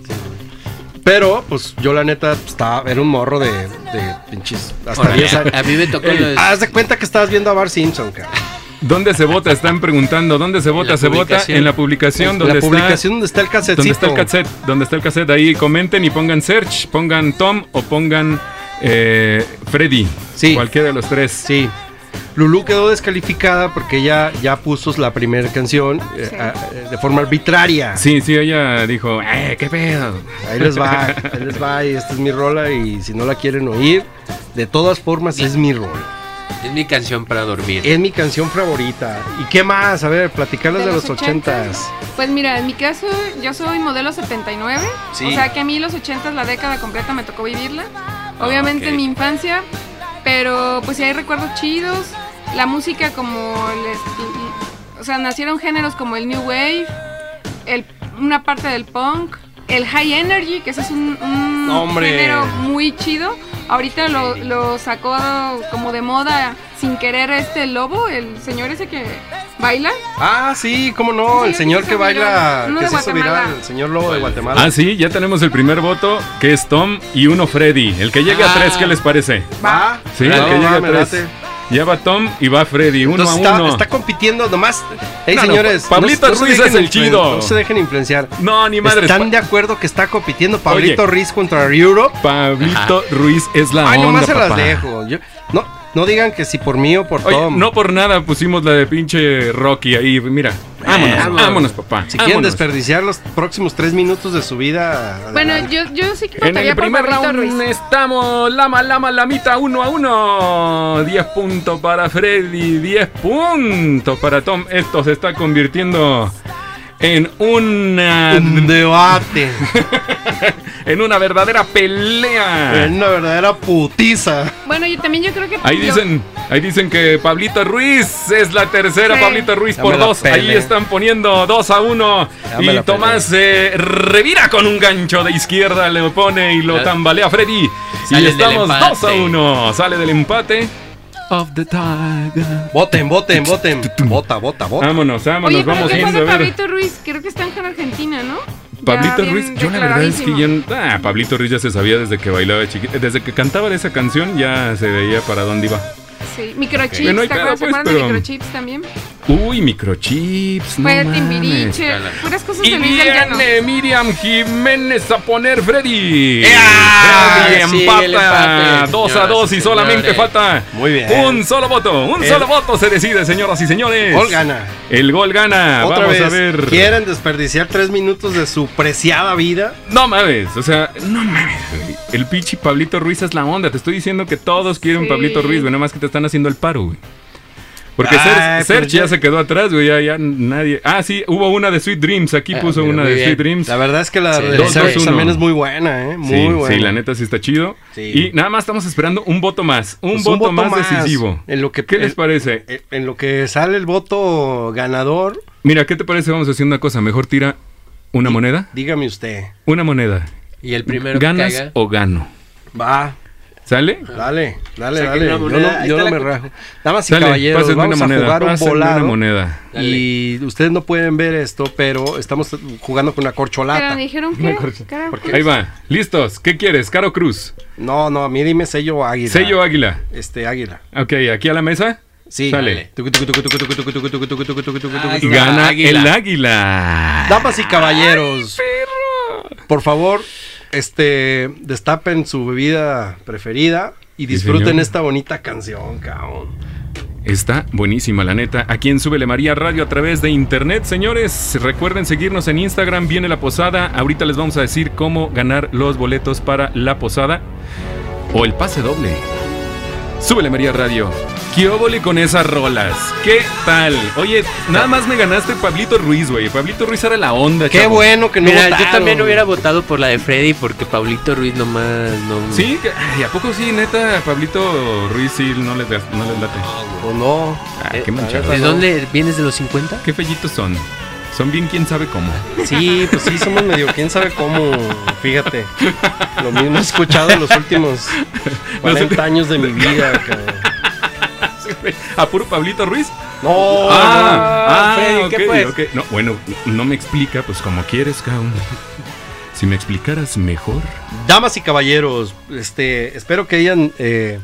Speaker 3: Pero, pues yo la neta pues, estaba, era un morro de, de pinches. Hasta
Speaker 4: Órale,
Speaker 3: 10 años.
Speaker 4: [LAUGHS] a, a mí me tocó
Speaker 2: Ey,
Speaker 4: lo de-
Speaker 3: Haz de cuenta que estabas viendo a Bart Simpson, cabrón.
Speaker 2: ¿Dónde se vota? Están preguntando. ¿Dónde se vota?
Speaker 4: la
Speaker 2: Se vota
Speaker 4: publicación.
Speaker 2: en la publicación donde
Speaker 3: La
Speaker 2: está-
Speaker 3: publicación donde está el casetcito.
Speaker 2: ¿Dónde está el cassette? ¿Dónde está el cassette? Ahí comenten y pongan Search, pongan Tom o pongan eh, Freddy.
Speaker 3: Sí.
Speaker 2: Cualquiera de los tres.
Speaker 3: Sí. Lulu quedó descalificada porque ella ya puso la primera canción eh,
Speaker 5: Sí.
Speaker 3: a- eh, de forma arbitraria.
Speaker 2: Sí, sí, ella dijo, ¡eh, qué pedo!
Speaker 3: Ahí les va, ahí les va y esta es mi rola y si no la quieren oír, de todas formas es mi rola.
Speaker 4: Es mi canción para
Speaker 2: Eh,
Speaker 4: dormir.
Speaker 3: Es mi canción favorita. ¿Y qué más? A ver, platicarles de, los ochentas.
Speaker 5: Pues mira, en mi caso yo soy modelo 79,
Speaker 3: Sí.
Speaker 5: o sea que a mí los 80 la década completa me tocó vivirla.
Speaker 3: Ah,
Speaker 5: Obviamente
Speaker 4: ok.
Speaker 5: en mi infancia, pero pues sí hay recuerdos chidos, la música como les o sea, nacieron géneros como el new wave, el- una parte del punk, el high energy, que ese es un, un
Speaker 3: ¡Hombre!
Speaker 5: género muy chido. Ahorita lo, lo sacó como de moda sin querer este lobo, el señor ese que baila.
Speaker 3: Ah, sí, cómo no,
Speaker 5: Sí,
Speaker 3: el señor
Speaker 5: se
Speaker 3: que
Speaker 5: hizo
Speaker 3: baila,
Speaker 5: viral. Uno
Speaker 3: que
Speaker 5: de
Speaker 3: se hizo
Speaker 5: Guatemala.
Speaker 3: viral, el señor lobo de Guatemala.
Speaker 2: Ah, sí, ya tenemos el primer voto, que es Tom y uno Freddy. El que llegue a
Speaker 4: Ah.
Speaker 2: tres, ¿qué les parece?
Speaker 3: Va.
Speaker 2: Sí,
Speaker 3: Va,
Speaker 2: el que
Speaker 3: va,
Speaker 2: llegue a
Speaker 3: me
Speaker 2: tres.
Speaker 3: late.
Speaker 2: Ya va Tom y va Freddy, uno
Speaker 3: Entonces
Speaker 2: a
Speaker 3: está,
Speaker 2: uno.
Speaker 3: está compitiendo nomás. Ey,
Speaker 2: No, no,
Speaker 3: señores.
Speaker 2: Pa- Pablito
Speaker 3: se
Speaker 2: Ruiz es
Speaker 3: dejen
Speaker 2: el
Speaker 3: influen-
Speaker 2: chido.
Speaker 3: No se dejen influenciar.
Speaker 2: No, ni madres.
Speaker 3: Están
Speaker 2: Pa-
Speaker 3: de acuerdo que está compitiendo Pablito Ruiz contra Europe.
Speaker 2: Pablito Ruiz es la
Speaker 3: Ay,
Speaker 2: onda,
Speaker 3: nomás se las
Speaker 2: papá.
Speaker 3: dejo. Yo- no, no digan que si por mí o por
Speaker 2: Oye,
Speaker 3: Tom.
Speaker 2: no por nada pusimos la de pinche Rocky ahí, mira. Vámonos, vámonos,
Speaker 4: vámonos.
Speaker 2: papá.
Speaker 3: si quieren
Speaker 2: vámonos.
Speaker 3: desperdiciar los próximos tres minutos de su vida.
Speaker 5: Bueno,
Speaker 3: adelante.
Speaker 5: yo, yo sí que
Speaker 2: En
Speaker 5: votaría
Speaker 2: el
Speaker 5: por
Speaker 2: primer
Speaker 5: Pablito
Speaker 2: round eh.
Speaker 5: Ruiz.
Speaker 2: estamos Lama, Lama, Lamita, uno a uno 10 puntos para Freddy, 10 puntos para Tom. Esto se está convirtiendo en una... [LAUGHS]
Speaker 3: Un debate.
Speaker 2: en una verdadera pelea.
Speaker 3: Es una verdadera putiza.
Speaker 5: Bueno, yo también yo creo que...
Speaker 2: Ahí
Speaker 5: lo-
Speaker 2: dicen, ahí dicen que Pablito Ruiz es la tercera,
Speaker 5: Sí.
Speaker 2: Pablito Ruiz
Speaker 3: Ya
Speaker 2: por
Speaker 3: me la
Speaker 2: dos.
Speaker 3: pelé.
Speaker 2: Ahí están poniendo dos a uno.
Speaker 3: Ya me
Speaker 2: Y
Speaker 3: la
Speaker 2: Tomás eh, revira con un gancho de izquierda, le pone y lo
Speaker 4: Claro.
Speaker 2: tambalea Freddy.
Speaker 4: Sale
Speaker 2: y
Speaker 4: del
Speaker 2: estamos
Speaker 4: empate.
Speaker 2: dos a uno. Sale del empate.
Speaker 4: Of the Tiger.
Speaker 3: Voten, voten, voten. Vota, vota, vota.
Speaker 2: Vámonos, vámonos,
Speaker 5: Oye, pero
Speaker 2: vamos
Speaker 5: ¿qué fue
Speaker 2: yendo
Speaker 5: de
Speaker 2: a ver.
Speaker 5: Pablito Ruiz? Creo que está en Argentina, ¿no? Ya
Speaker 2: Pablito
Speaker 5: bien
Speaker 2: Ruiz, yo la verdad es que
Speaker 5: declaradísimo.
Speaker 2: yo. Ah, Pablito Ruiz ya se sabía desde que bailaba chiquito. Desde que cantaba de esa canción ya se veía para dónde iba.
Speaker 5: Sí, microchips,
Speaker 2: Bueno, ahí
Speaker 5: ¿te
Speaker 2: queda,
Speaker 5: acuerdas? ¿Se
Speaker 2: pues,
Speaker 5: acuerdan de
Speaker 2: pero-
Speaker 5: microchips también?
Speaker 2: Uy, microchips.
Speaker 5: Fue
Speaker 2: no mames.
Speaker 5: Timbiriche,
Speaker 4: mames.
Speaker 5: puras cosas
Speaker 2: Y
Speaker 5: de Luis del Llano.
Speaker 2: viene Miriam Jiménez a poner Freddy.
Speaker 4: ¡Ea!
Speaker 2: Freddy
Speaker 4: Sí, el
Speaker 2: empata
Speaker 4: empate,
Speaker 2: 2 a
Speaker 4: señoras
Speaker 2: 2 y
Speaker 4: y
Speaker 2: solamente
Speaker 4: señores.
Speaker 2: falta
Speaker 3: Muy bien.
Speaker 2: un solo voto. Un
Speaker 3: El-
Speaker 2: solo voto se decide, señoras y señores.
Speaker 3: Gol gana.
Speaker 2: El gol gana.
Speaker 3: Otra
Speaker 2: Ah, Vamos
Speaker 3: vez,
Speaker 2: a ver.
Speaker 3: ¿quieren desperdiciar tres minutos de su preciada vida?
Speaker 2: No mames, o sea, no mames. güey. El pinche Pablito Ruiz es la onda. Te estoy dino que todos quieren
Speaker 5: Sí.
Speaker 2: Pablito Ruiz, güey. Nada más que te están haciendo el paro, güey. Porque
Speaker 3: Ay,
Speaker 2: Ser-
Speaker 3: pero
Speaker 2: Serge ya
Speaker 3: yo-
Speaker 2: se quedó atrás, güey. Ya, ya nadie. Ah, sí, hubo una de Sweet Dreams. Aquí
Speaker 4: Ah,
Speaker 2: puso
Speaker 4: mira,
Speaker 2: una
Speaker 4: muy
Speaker 2: de
Speaker 4: bien.
Speaker 2: Sweet Dreams.
Speaker 3: La verdad es que la
Speaker 4: Sí.
Speaker 3: de
Speaker 4: Dos,
Speaker 3: Serge
Speaker 2: dos, uno.
Speaker 3: también es muy buena, ¿eh? Muy
Speaker 2: sí,
Speaker 3: buena.
Speaker 2: sí, la neta sí está chido.
Speaker 3: Sí.
Speaker 2: Y nada más estamos esperando un voto más, un,
Speaker 3: Pues
Speaker 2: voto, más, decisivo.
Speaker 3: En lo que,
Speaker 2: ¿Qué
Speaker 3: en-
Speaker 2: les parece?
Speaker 3: en- Eh, En lo que sale el voto ganador,
Speaker 2: Mira, ¿qué te parece? Vamos a hacer una cosa. Mejor tira una moneda.
Speaker 3: dígame usted.
Speaker 2: Una moneda.
Speaker 4: Y el primero
Speaker 2: ¿Ganas
Speaker 4: que caiga.
Speaker 2: o gano?
Speaker 3: Va,
Speaker 2: ¿Sale?
Speaker 3: dale, dale,
Speaker 4: O sea, que
Speaker 3: dale.
Speaker 4: una
Speaker 3: Yo no,
Speaker 4: moneda, ahí
Speaker 3: yo
Speaker 4: está
Speaker 3: no
Speaker 4: la
Speaker 3: me
Speaker 4: cu-
Speaker 3: rajo. Damas y
Speaker 2: Sale,
Speaker 3: caballeros,
Speaker 2: pásenme una
Speaker 3: vamos a
Speaker 2: moneda.
Speaker 3: jugar un
Speaker 2: pásenme una
Speaker 3: volado.
Speaker 2: moneda.
Speaker 3: Y ustedes no pueden ver esto, pero estamos jugando con la
Speaker 5: Pero
Speaker 3: corcholata.
Speaker 5: me dijeron que... Carajo.
Speaker 2: Ahí va. ¿Listos? ¿Qué quieres? Caro Cruz.
Speaker 3: No, no, a mí dime sello águila.
Speaker 2: Sello Águila.
Speaker 3: Este, águila.
Speaker 2: Ok, aquí a la mesa.
Speaker 3: Sí.
Speaker 2: Sale.
Speaker 3: Tucu, tucu, tucu, tucu, tucu, tucu, tucu, tucu, tucu, tucu, tucu,
Speaker 4: Ay,
Speaker 3: tucu.
Speaker 2: Gana
Speaker 4: águila.
Speaker 2: el Águila.
Speaker 3: Damas y caballeros, por favor, este, destapen su bebida preferida y disfruten
Speaker 2: señor.
Speaker 3: esta bonita canción, cabrón.
Speaker 2: Está buenísima, la neta. Aquí en Súbele María Radio a través de internet, señores. Recuerden seguirnos en Instagram, viene la posada. Ahorita les vamos a decir cómo ganar los boletos para la posada o el pase doble. Súbele María Radio. ¿Qué óvole con esas rolas? ¿Qué tal? Oye, nada más me ganaste Pablito Ruiz, güey. Pablito Ruiz era la onda,
Speaker 3: Qué
Speaker 2: chavo.
Speaker 3: bueno que no
Speaker 4: Mira, yo
Speaker 3: votaron.
Speaker 4: también hubiera votado por la de Freddy porque Pablito Ruiz nomás no.
Speaker 2: Sí, que- ay, ¿a poco sí, neta? Pablito Ruiz sí, no les, das- no les late.
Speaker 3: O no.
Speaker 2: Ah,
Speaker 4: Eh,
Speaker 2: qué manchado.
Speaker 4: ¿De dónde vienes de los 50?
Speaker 2: Qué fellitos son. Son bien quién sabe cómo.
Speaker 3: Sí, pues sí, somos medio quién sabe cómo, fíjate. Lo mismo he escuchado en los últimos 40 años de mi vida, cabrón.
Speaker 2: [LAUGHS] A puro Pablito Ruiz.
Speaker 3: No,
Speaker 2: Ah, ah,
Speaker 3: no, Freddy, ¿qué
Speaker 2: ok,
Speaker 3: pues?
Speaker 2: ok. No, bueno, no me explica, pues como quieres, cabrón. Si me explicaras mejor.
Speaker 3: Damas y caballeros, este, espero que hayan eh,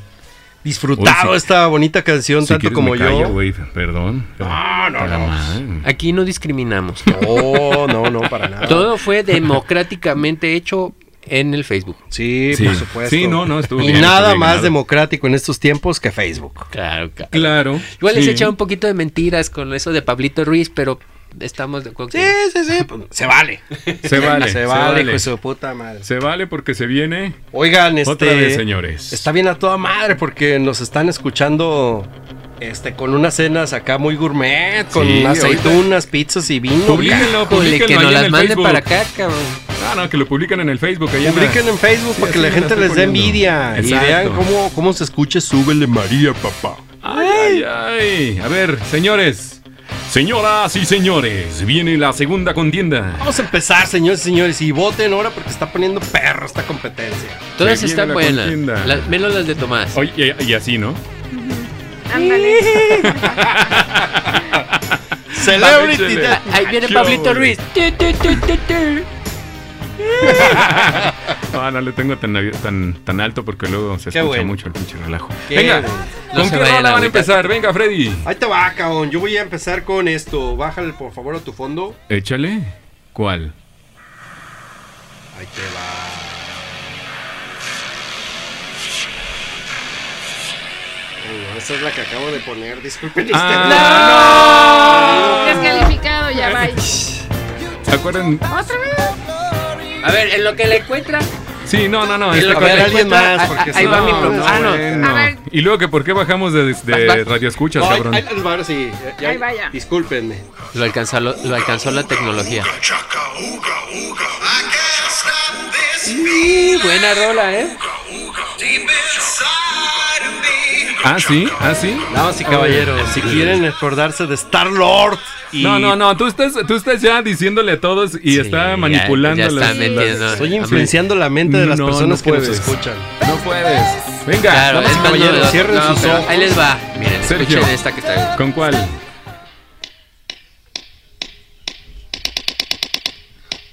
Speaker 3: disfrutado
Speaker 2: Uy, sí.
Speaker 3: esta bonita canción
Speaker 2: Si
Speaker 3: tanto
Speaker 2: quieres
Speaker 3: como
Speaker 2: me
Speaker 3: yo. Ah,
Speaker 2: callo, güey, perdón. No, no,
Speaker 4: Aquí no discriminamos.
Speaker 3: No, no, no, para
Speaker 2: Ah.
Speaker 3: nada.
Speaker 4: Todo fue democráticamente hecho en el Facebook.
Speaker 3: Sí,
Speaker 2: Sí.
Speaker 3: por supuesto.
Speaker 2: Sí, no, no, estuvo
Speaker 3: Y
Speaker 2: bien, estuvo
Speaker 3: nada
Speaker 2: bien
Speaker 3: más
Speaker 2: ganado.
Speaker 3: democrático en estos tiempos que Facebook.
Speaker 4: Claro, claro.
Speaker 2: Claro.
Speaker 4: Igual les
Speaker 2: sí.
Speaker 4: he echado un poquito de mentiras con eso de Pablito Ruiz, pero estamos de acuerdo.
Speaker 3: Sí,
Speaker 4: que-
Speaker 3: sí, sí. pues, Se vale. [LAUGHS]
Speaker 2: Se vale.
Speaker 3: se vale, hijo de su puta madre.
Speaker 2: Se vale porque se viene
Speaker 3: Oigan, este.
Speaker 2: otra vez, señores.
Speaker 3: Está bien a toda madre porque nos están escuchando este con unas cenas acá muy gourmet, con
Speaker 2: Sí,
Speaker 3: aceitunas, pizzas y vino.
Speaker 2: Publíquenlo,
Speaker 4: Híjole,
Speaker 2: publíquenlo
Speaker 4: que
Speaker 2: ahí
Speaker 4: nos
Speaker 2: en
Speaker 4: las
Speaker 2: el
Speaker 4: manden
Speaker 2: Facebook.
Speaker 4: para acá, cabrón.
Speaker 2: Ah, no, que lo publican en el Facebook. ahí en la-
Speaker 3: Publiquen en Facebook para
Speaker 2: así
Speaker 3: que la
Speaker 2: me la
Speaker 3: gente
Speaker 2: estoy
Speaker 3: les dé
Speaker 2: poniendo.
Speaker 3: envidia
Speaker 2: Exacto.
Speaker 3: y vean cómo, cómo se escucha Súbele María, papá.
Speaker 2: Ay, ay, ay. A ver, señores. Señoras y señores, viene la segunda contienda.
Speaker 3: Vamos a empezar, señores y señores, y voten ahora porque está poniendo perro esta competencia.
Speaker 2: [LAUGHS]
Speaker 4: Todas
Speaker 2: viene
Speaker 4: están
Speaker 2: la
Speaker 4: buenas.
Speaker 2: contienda.
Speaker 4: Las- menos las de Tomás.
Speaker 2: Oye, y, y así,
Speaker 3: [LAUGHS]
Speaker 2: ¿no?
Speaker 5: Ándale.
Speaker 3: Celebrity
Speaker 2: Échale.
Speaker 3: Death.
Speaker 4: Ahí viene
Speaker 2: ¿Qué
Speaker 4: Pablito
Speaker 2: hubo?
Speaker 4: Ruiz. Tu, tu, tu, tu, tu.
Speaker 2: Ah, no le tengo tan, avi- tan, tan alto porque luego se
Speaker 3: Qué
Speaker 2: escucha
Speaker 3: bueno.
Speaker 2: mucho el pinche relajo.
Speaker 3: Qué
Speaker 2: Venga,
Speaker 3: bueno.
Speaker 4: No
Speaker 2: ¿con
Speaker 4: se
Speaker 2: qué
Speaker 4: vayan
Speaker 2: rola van a
Speaker 4: ahorita.
Speaker 2: empezar? Venga, Freddy.
Speaker 3: Ahí te va, cabrón. Yo voy a empezar con esto. Bájale, por favor, a tu fondo.
Speaker 2: Échale. ¿Cuál?
Speaker 3: Ahí te va. Bueno, esa es la que acabo de poner. Disculpen
Speaker 4: Este-
Speaker 5: Oh,
Speaker 2: Ah,
Speaker 5: Descalificado, ya, bye.
Speaker 2: ¿Se acuerdan?
Speaker 5: ¿Otra vez?
Speaker 4: A ver, en lo que le encuentra.
Speaker 2: Sí, no, no, este no.
Speaker 4: Y
Speaker 2: esta
Speaker 4: lo
Speaker 3: A
Speaker 2: cosa-
Speaker 3: ver, alguien
Speaker 4: Ah,
Speaker 3: más. Porque
Speaker 4: ah, ahí
Speaker 3: si
Speaker 4: va
Speaker 3: no,
Speaker 4: mi
Speaker 3: no,
Speaker 4: promo. Ah, no.
Speaker 2: bueno.
Speaker 5: A ver.
Speaker 2: Y luego que por qué bajamos de, de Radio Escuchas,
Speaker 3: Ay,
Speaker 2: cabrón.
Speaker 3: ay, les va a ver si- ya- ya-
Speaker 5: Ahí vaya.
Speaker 3: Discúlpenme.
Speaker 4: Lo alcanzó, lo, lo alcanzó la tecnología.
Speaker 1: Chaka, ooga, ooga. I can't stop this
Speaker 4: Sí, buena rola, ¿eh?
Speaker 2: Ah, sí, ah, sí.
Speaker 3: Damas y
Speaker 4: Eh,
Speaker 3: caballeros, si quieren acordarse de Star Lord y
Speaker 2: No, no, no, tú estás, tú estás ya diciéndole a todos y está manipulando
Speaker 4: ya, ya está
Speaker 2: las-
Speaker 4: metiendo.
Speaker 2: las-
Speaker 3: Estoy influenciando la mente de las
Speaker 2: No,
Speaker 3: personas
Speaker 2: no
Speaker 3: que nos
Speaker 2: puedes.
Speaker 3: escuchan.
Speaker 2: No puedes. Venga,
Speaker 4: Claro,
Speaker 2: damas y
Speaker 4: es más
Speaker 2: caballeros,
Speaker 4: novedoso.
Speaker 3: cierren sus
Speaker 4: pero
Speaker 3: ojos.
Speaker 4: Ahí les va. Miren,
Speaker 2: Sergio.
Speaker 4: escuchen esta que está bien.
Speaker 2: ¿Con cuál?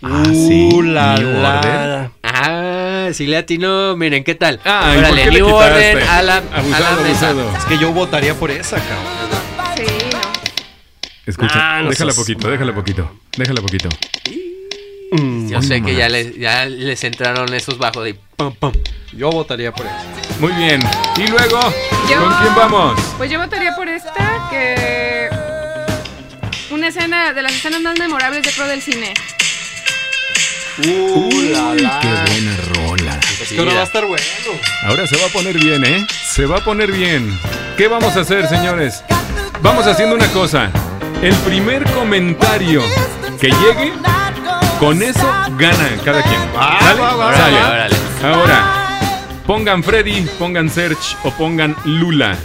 Speaker 2: Ah, sí,
Speaker 3: Uh, la,
Speaker 2: New Order.
Speaker 3: la.
Speaker 4: Ah, sí le atinó. Miren, ¿qué tal?
Speaker 2: Ah, ¿y por
Speaker 4: Órale,
Speaker 2: qué le
Speaker 4: New
Speaker 2: quitaste?
Speaker 4: Order a la, a
Speaker 2: Abusado,
Speaker 4: la mesa.
Speaker 2: abusado.
Speaker 3: Es que yo votaría por esa, cabrón.
Speaker 5: Sí, no.
Speaker 2: Escucha,
Speaker 3: Ah, no
Speaker 2: déjala
Speaker 3: seas-
Speaker 2: poquito, déjala poquito, déjala poquito.
Speaker 4: Yo sé que
Speaker 2: más.
Speaker 4: ya les, ya les entraron esos bajos de...
Speaker 3: Pam, pam. Yo votaría por esa.
Speaker 2: Muy bien. Y luego,
Speaker 5: Yo-
Speaker 2: ¿con quién vamos?
Speaker 5: Pues yo votaría por esta, que. Una escena, de las escenas más memorables de pro del cine.
Speaker 3: Uh, la, la.
Speaker 2: Qué buena rola.
Speaker 3: Es que ahora va a estar bueno.
Speaker 2: Ahora se va a poner bien, ¿eh? Se va a poner bien. ¿Qué vamos a hacer, señores? Vamos haciendo una cosa. El primer comentario que llegue, con eso gana cada quien. ¿Sale?
Speaker 3: Ah, va, va,
Speaker 2: Sale.
Speaker 4: va, va. Órale.
Speaker 2: Ahora, pongan Freddy, pongan Serge o pongan Lula.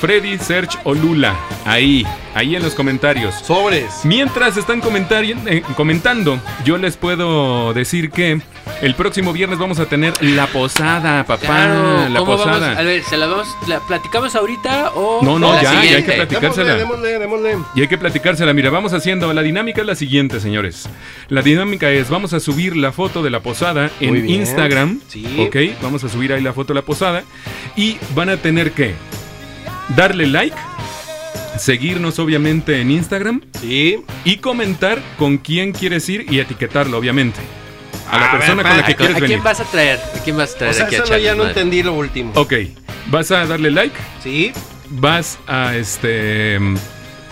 Speaker 2: Freddy, Serge o Lula. Ahí, ahí en los comentarios.
Speaker 3: Sobres.
Speaker 2: Mientras están comentari- eh, comentando, yo les puedo decir que el próximo viernes vamos a tener la posada, papá.
Speaker 4: Claro,
Speaker 2: la
Speaker 4: ¿cómo vamos?
Speaker 2: posada.
Speaker 4: A ver, ¿se la, vamos, la platicamos ahorita o
Speaker 2: No, no,
Speaker 4: la
Speaker 2: ya, ya hay que
Speaker 4: siguiente?
Speaker 2: platicar. Platicársela.
Speaker 3: Démosle, démosle, démosle.
Speaker 2: Y hay que platicársela. Mira, vamos haciendo. La dinámica es la siguiente, señores. La dinámica es: vamos a subir la foto de la posada
Speaker 3: Muy
Speaker 2: en
Speaker 3: bien.
Speaker 2: Instagram.
Speaker 3: Sí.
Speaker 2: Ok, vamos a subir ahí la foto de la posada. Y van a tener que darle like, seguirnos obviamente en Instagram
Speaker 3: Sí.
Speaker 2: y comentar con quién quieres ir y etiquetarlo, obviamente. A la
Speaker 3: A ver,
Speaker 2: persona
Speaker 3: pa,
Speaker 2: con la que
Speaker 4: Ah, ¿A,
Speaker 2: quieres
Speaker 4: quién
Speaker 2: venir.
Speaker 4: vas a traer? ¿A quién vas a traer
Speaker 3: O sea,
Speaker 4: aquí a
Speaker 3: esa no,
Speaker 4: echarle
Speaker 3: ya no
Speaker 4: madre?
Speaker 3: entendí lo último.
Speaker 2: Ok, vas a darle like,
Speaker 3: Sí.
Speaker 2: vas a este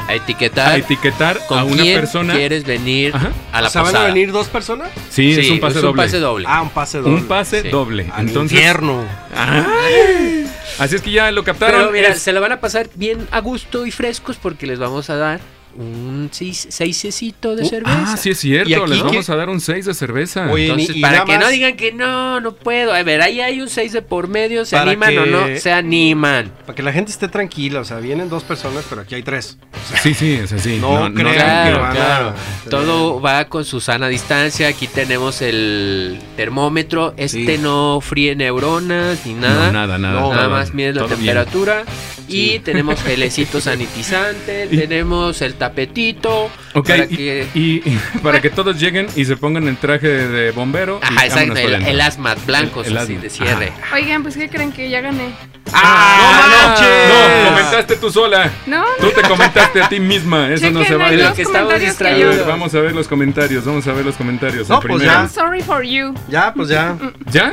Speaker 4: A etiquetar.
Speaker 2: a etiquetar
Speaker 4: ¿Con
Speaker 2: a una
Speaker 4: quién
Speaker 2: persona.
Speaker 4: quieres venir
Speaker 2: Ajá.
Speaker 4: a la
Speaker 3: O sea, ¿van
Speaker 4: posada?
Speaker 3: a venir dos personas?
Speaker 2: Sí, es un pase doble.
Speaker 3: Ah, un pase doble.
Speaker 2: Un pase
Speaker 4: Sí. Ah,
Speaker 2: doble.
Speaker 3: Al
Speaker 2: Entonces,
Speaker 3: infierno.
Speaker 2: ¡Ay! Así es que ya lo captaron.
Speaker 4: Pero mira,
Speaker 2: Es-
Speaker 4: se la van a pasar bien a gusto y frescos porque les vamos a dar un seis, seisecito de
Speaker 2: Uh,
Speaker 4: cerveza.
Speaker 2: Ah, sí es cierto.
Speaker 3: ¿Y aquí
Speaker 2: Les
Speaker 3: qué?
Speaker 2: vamos a dar un 6 de cerveza.
Speaker 3: Oye,
Speaker 4: Entonces,
Speaker 3: y
Speaker 4: para
Speaker 3: nada
Speaker 4: que no
Speaker 3: más-
Speaker 4: digan que no, no puedo. A ver, ahí hay un 6 de por medio. ¿Se
Speaker 3: Para
Speaker 4: animan o
Speaker 3: que-
Speaker 4: no? Se animan.
Speaker 3: Para que la gente esté tranquila, o sea, vienen dos personas, pero aquí hay tres.
Speaker 2: sí, sí, es así.
Speaker 3: No creo
Speaker 2: es
Speaker 3: que
Speaker 4: Claro,
Speaker 2: tranquilo.
Speaker 3: van a-
Speaker 4: claro.
Speaker 3: se
Speaker 4: Todo va con su sana distancia. Aquí tenemos el termómetro. Este
Speaker 3: Sí.
Speaker 4: no fríe neuronas ni
Speaker 2: No,
Speaker 4: nada.
Speaker 2: nada, nada.
Speaker 3: No,
Speaker 4: Nada
Speaker 2: todo-
Speaker 4: más mides la
Speaker 2: todo bien.
Speaker 4: temperatura.
Speaker 2: [LAUGHS]
Speaker 4: Y tenemos gelecito sanitizante.
Speaker 2: Y-
Speaker 4: Tenemos el tapetito.
Speaker 2: Ok,
Speaker 4: para
Speaker 2: y,
Speaker 4: que-
Speaker 2: y- [LAUGHS] y para que todos lleguen y se pongan el traje de, de bombero. y
Speaker 4: Ajá,
Speaker 2: vámonos
Speaker 4: exacto.
Speaker 2: para
Speaker 4: El,
Speaker 2: adentro.
Speaker 4: el asmat blanco,
Speaker 2: El- el
Speaker 4: así
Speaker 2: hazmat,
Speaker 4: de cierre.
Speaker 5: Oigan, pues ¿qué creen que ya gané?
Speaker 3: ¡Ah,
Speaker 2: no,
Speaker 3: manches!
Speaker 2: no, comentaste tú sola.
Speaker 5: ¿No?
Speaker 2: Tú te comentaste a ti misma. Eso no
Speaker 5: Chequen,
Speaker 2: se
Speaker 5: hay
Speaker 2: vale.
Speaker 5: dos
Speaker 4: Lo que estamos
Speaker 5: comentarios
Speaker 2: A
Speaker 5: que
Speaker 4: distraídos.
Speaker 2: ver,
Speaker 5: yo.
Speaker 2: vamos a ver los comentarios. Vamos a ver los comentarios.
Speaker 3: No,
Speaker 2: El
Speaker 3: pues
Speaker 2: primero.
Speaker 5: I'm sorry for you.
Speaker 3: Ya, pues ya.
Speaker 2: ¿Ya?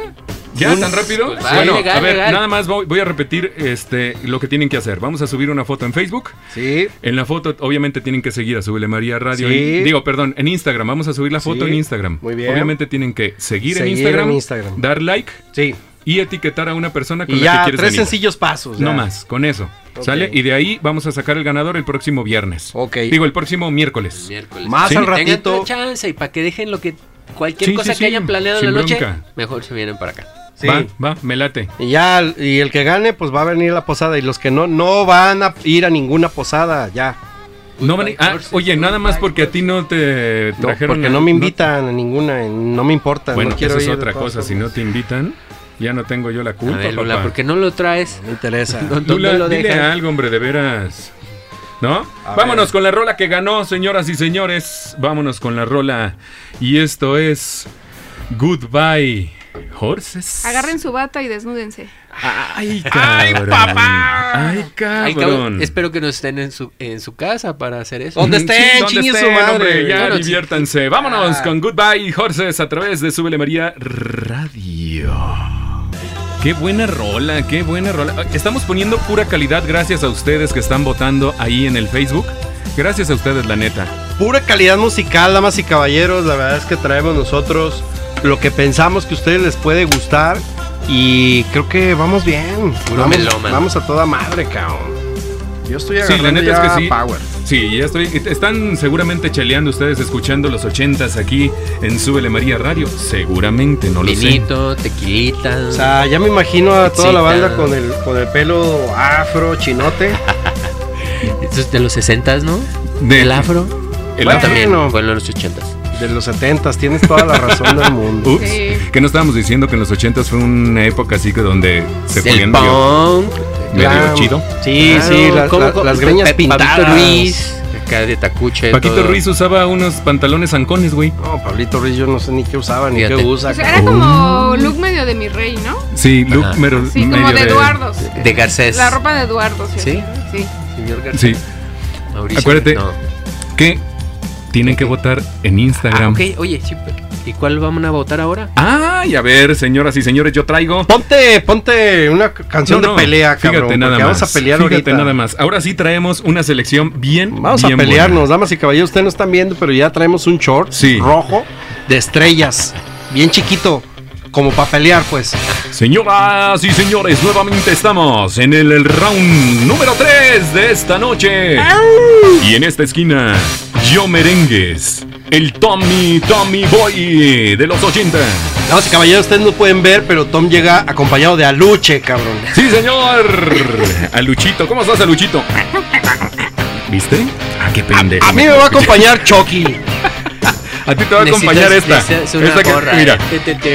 Speaker 2: ¿Ya
Speaker 3: Pues,
Speaker 2: tan rápido?
Speaker 4: pues, va,
Speaker 2: bueno,
Speaker 4: legal,
Speaker 2: a ver,
Speaker 4: legal.
Speaker 2: nada más voy, voy a repetir este lo que tienen que hacer. Vamos a subir una foto en Facebook.
Speaker 3: Sí.
Speaker 2: En la foto, obviamente, tienen que seguir a Súbele María Radio.
Speaker 3: Sí.
Speaker 2: en- digo, perdón, en Instagram. Vamos a subir la foto
Speaker 3: Sí,
Speaker 2: en Instagram.
Speaker 3: muy bien.
Speaker 2: Obviamente tienen que seguir, en,
Speaker 3: Seguir
Speaker 2: Instagram,
Speaker 3: en Instagram.
Speaker 2: dar like
Speaker 3: Sí.
Speaker 2: y etiquetar a una persona con
Speaker 3: Y
Speaker 2: la que
Speaker 3: ya,
Speaker 2: quieres
Speaker 3: tres
Speaker 2: venir.
Speaker 3: sencillos pasos. Pues ya.
Speaker 2: No más, con eso.
Speaker 3: Ok.
Speaker 2: ¿Sale? Y de ahí vamos a sacar el ganador el próximo viernes.
Speaker 3: Ok.
Speaker 2: Digo, el próximo miércoles.
Speaker 4: Miércoles.
Speaker 3: Más
Speaker 2: Sí.
Speaker 3: al
Speaker 4: Tengan
Speaker 3: ratito.
Speaker 4: toda chance y para que dejen lo que. Cualquier
Speaker 2: Sí,
Speaker 4: cosa
Speaker 2: sí, sí,
Speaker 4: que hayan planeado en
Speaker 2: sin
Speaker 4: la noche,
Speaker 2: bronca.
Speaker 4: mejor se vienen para acá.
Speaker 3: Sí.
Speaker 2: Va, va, me late.
Speaker 3: Y ya, y el que gane, pues va a venir a la posada. Y los que no, no van a ir a ninguna posada, ya.
Speaker 2: No van a- ah, oye, nada más porque a ti no te
Speaker 3: No,
Speaker 2: trajeron.
Speaker 3: porque
Speaker 2: la-
Speaker 3: no me invitan a ninguna, no me importa.
Speaker 2: Bueno,
Speaker 3: no
Speaker 2: eso
Speaker 3: quiero
Speaker 2: es
Speaker 3: ir de
Speaker 2: otra
Speaker 3: todas
Speaker 2: cosa. Si no
Speaker 3: formas.
Speaker 2: te invitan, ya no tengo yo la culpa.
Speaker 4: a ver, Lula,
Speaker 2: papá.
Speaker 4: ¿por qué no lo traes?
Speaker 2: [LAUGHS]
Speaker 3: Me interesa.
Speaker 4: ¿Dónde
Speaker 2: Lula,
Speaker 4: lo
Speaker 2: dile
Speaker 4: dejan?
Speaker 2: algo, hombre, de veras. ¿No?
Speaker 3: A
Speaker 2: Vámonos
Speaker 3: ver.
Speaker 2: con la rola que ganó, señoras y señores. Vámonos con la rola. Y esto es Goodbye Horses.
Speaker 5: Agarren su bata y desnúdense.
Speaker 2: Ay, cabrón. Ay, papá. Ay, cabrón.
Speaker 4: Ay, cabrón, Espero que no estén en su, en su casa para hacer eso. Mm,
Speaker 3: ¿Dónde
Speaker 2: Sí,
Speaker 3: estén? Chingue su madre.
Speaker 2: hombre, ya
Speaker 4: Bueno, sí.
Speaker 2: diviértanse. Vámonos
Speaker 3: Ah.
Speaker 2: con Goodbye Horses a través de Súbele María Radio. Qué buena rola, qué buena rola. Estamos poniendo pura calidad gracias a ustedes que están votando ahí en el Facebook. Gracias a ustedes, la neta.
Speaker 3: Pura calidad musical, damas y caballeros. La verdad es que traemos nosotros lo que pensamos que a ustedes les puede gustar. Y creo que vamos bien.
Speaker 4: Puro
Speaker 3: vamos,
Speaker 4: melómano.
Speaker 3: vamos a toda madre, cabrón.
Speaker 1: Yo estoy
Speaker 2: Sí, la
Speaker 1: agarrando
Speaker 2: neta
Speaker 1: ya
Speaker 2: es que sí.
Speaker 1: power.
Speaker 2: Sí, ya estoy. Están seguramente cheleando ustedes escuchando los ochentas aquí en Súbele María Radio. Seguramente, no lo sé.
Speaker 4: Vinito, tequilita.
Speaker 3: O sea, ya me imagino a toda la banda
Speaker 4: Excita.
Speaker 3: con el, con el pelo afro, chinote.
Speaker 4: Esto es de los 60 ¿no?
Speaker 2: De-
Speaker 4: el afro.
Speaker 2: El
Speaker 4: Bueno,
Speaker 2: afro.
Speaker 4: también fue en los 80s.
Speaker 3: De los 70 tienes toda la razón del mundo.
Speaker 2: Ups,
Speaker 5: Sí.
Speaker 2: que no estábamos diciendo que en los ochentas fue una época así que donde se
Speaker 4: el
Speaker 2: ponían medio,
Speaker 4: punk.
Speaker 2: medio
Speaker 3: Glam.
Speaker 2: chido.
Speaker 3: Sí,
Speaker 4: Claro,
Speaker 3: sí, la-
Speaker 4: ¿cómo-
Speaker 3: la-
Speaker 4: cómo?
Speaker 3: las greñas
Speaker 4: Pe- Pablito
Speaker 3: pintadas.
Speaker 4: Ruiz, acá de Tacuche.
Speaker 2: Paquito
Speaker 4: todo.
Speaker 2: Ruiz usaba unos pantalones zancones, güey.
Speaker 3: No, Pablito Ruiz, yo no sé ni qué usaba, ni
Speaker 4: Fíjate.
Speaker 3: qué usa.
Speaker 5: O sea, Pues era como look medio de mi rey, ¿no?
Speaker 2: Sí, look
Speaker 4: Ajá.
Speaker 2: mero-
Speaker 5: Sí, como
Speaker 2: medio
Speaker 5: de Eduardo.
Speaker 4: De Garcés.
Speaker 5: La ropa de Eduardo, ¿sí?
Speaker 4: ¿Sí?
Speaker 5: Sí.
Speaker 4: Señor Garcés.
Speaker 2: Sí,
Speaker 4: Mauricio.
Speaker 2: Acuérdate.
Speaker 4: No.
Speaker 2: que tienen que votar en
Speaker 4: Ah,
Speaker 2: Instagram.
Speaker 4: ok, oye, sí, pero- ¿y cuál vamos a votar ahora?
Speaker 2: Ay, a ver, señoras y señores, yo traigo.
Speaker 3: Ponte, ponte una c- canción
Speaker 2: No, no,
Speaker 3: de pelea,
Speaker 2: fíjate
Speaker 3: cabrón.
Speaker 2: nada
Speaker 3: porque
Speaker 2: más.
Speaker 3: vamos a pelear
Speaker 2: fíjate
Speaker 3: ahorita.
Speaker 2: nada más. Ahora sí traemos una selección bien.
Speaker 3: Vamos
Speaker 2: bien
Speaker 3: a pelearnos,
Speaker 2: buena.
Speaker 3: damas y caballeros. Ustedes no están viendo, pero ya traemos un short
Speaker 2: Sí.
Speaker 3: rojo de estrellas. Bien chiquito. Como para pelear, pues.
Speaker 2: Señoras y señores, nuevamente estamos en el round número 3 de esta noche. Y en esta esquina, yo merengues, el Tommy Tommy Boy de los 80.
Speaker 3: Damas y caballeros, ustedes no pueden ver, pero Tom llega acompañado de Aluche, cabrón.
Speaker 2: Sí, señor. A Luchito, ¿cómo estás, a Luchito? ¿Viste? Ah, qué pendejo.
Speaker 3: A mí me va a acompañar Chucky.
Speaker 2: A ti te va a acompañar esta.
Speaker 4: Necesitas- necesitas una
Speaker 2: Esta que-
Speaker 4: gorra,
Speaker 2: mira,
Speaker 4: eh. Te- te- te-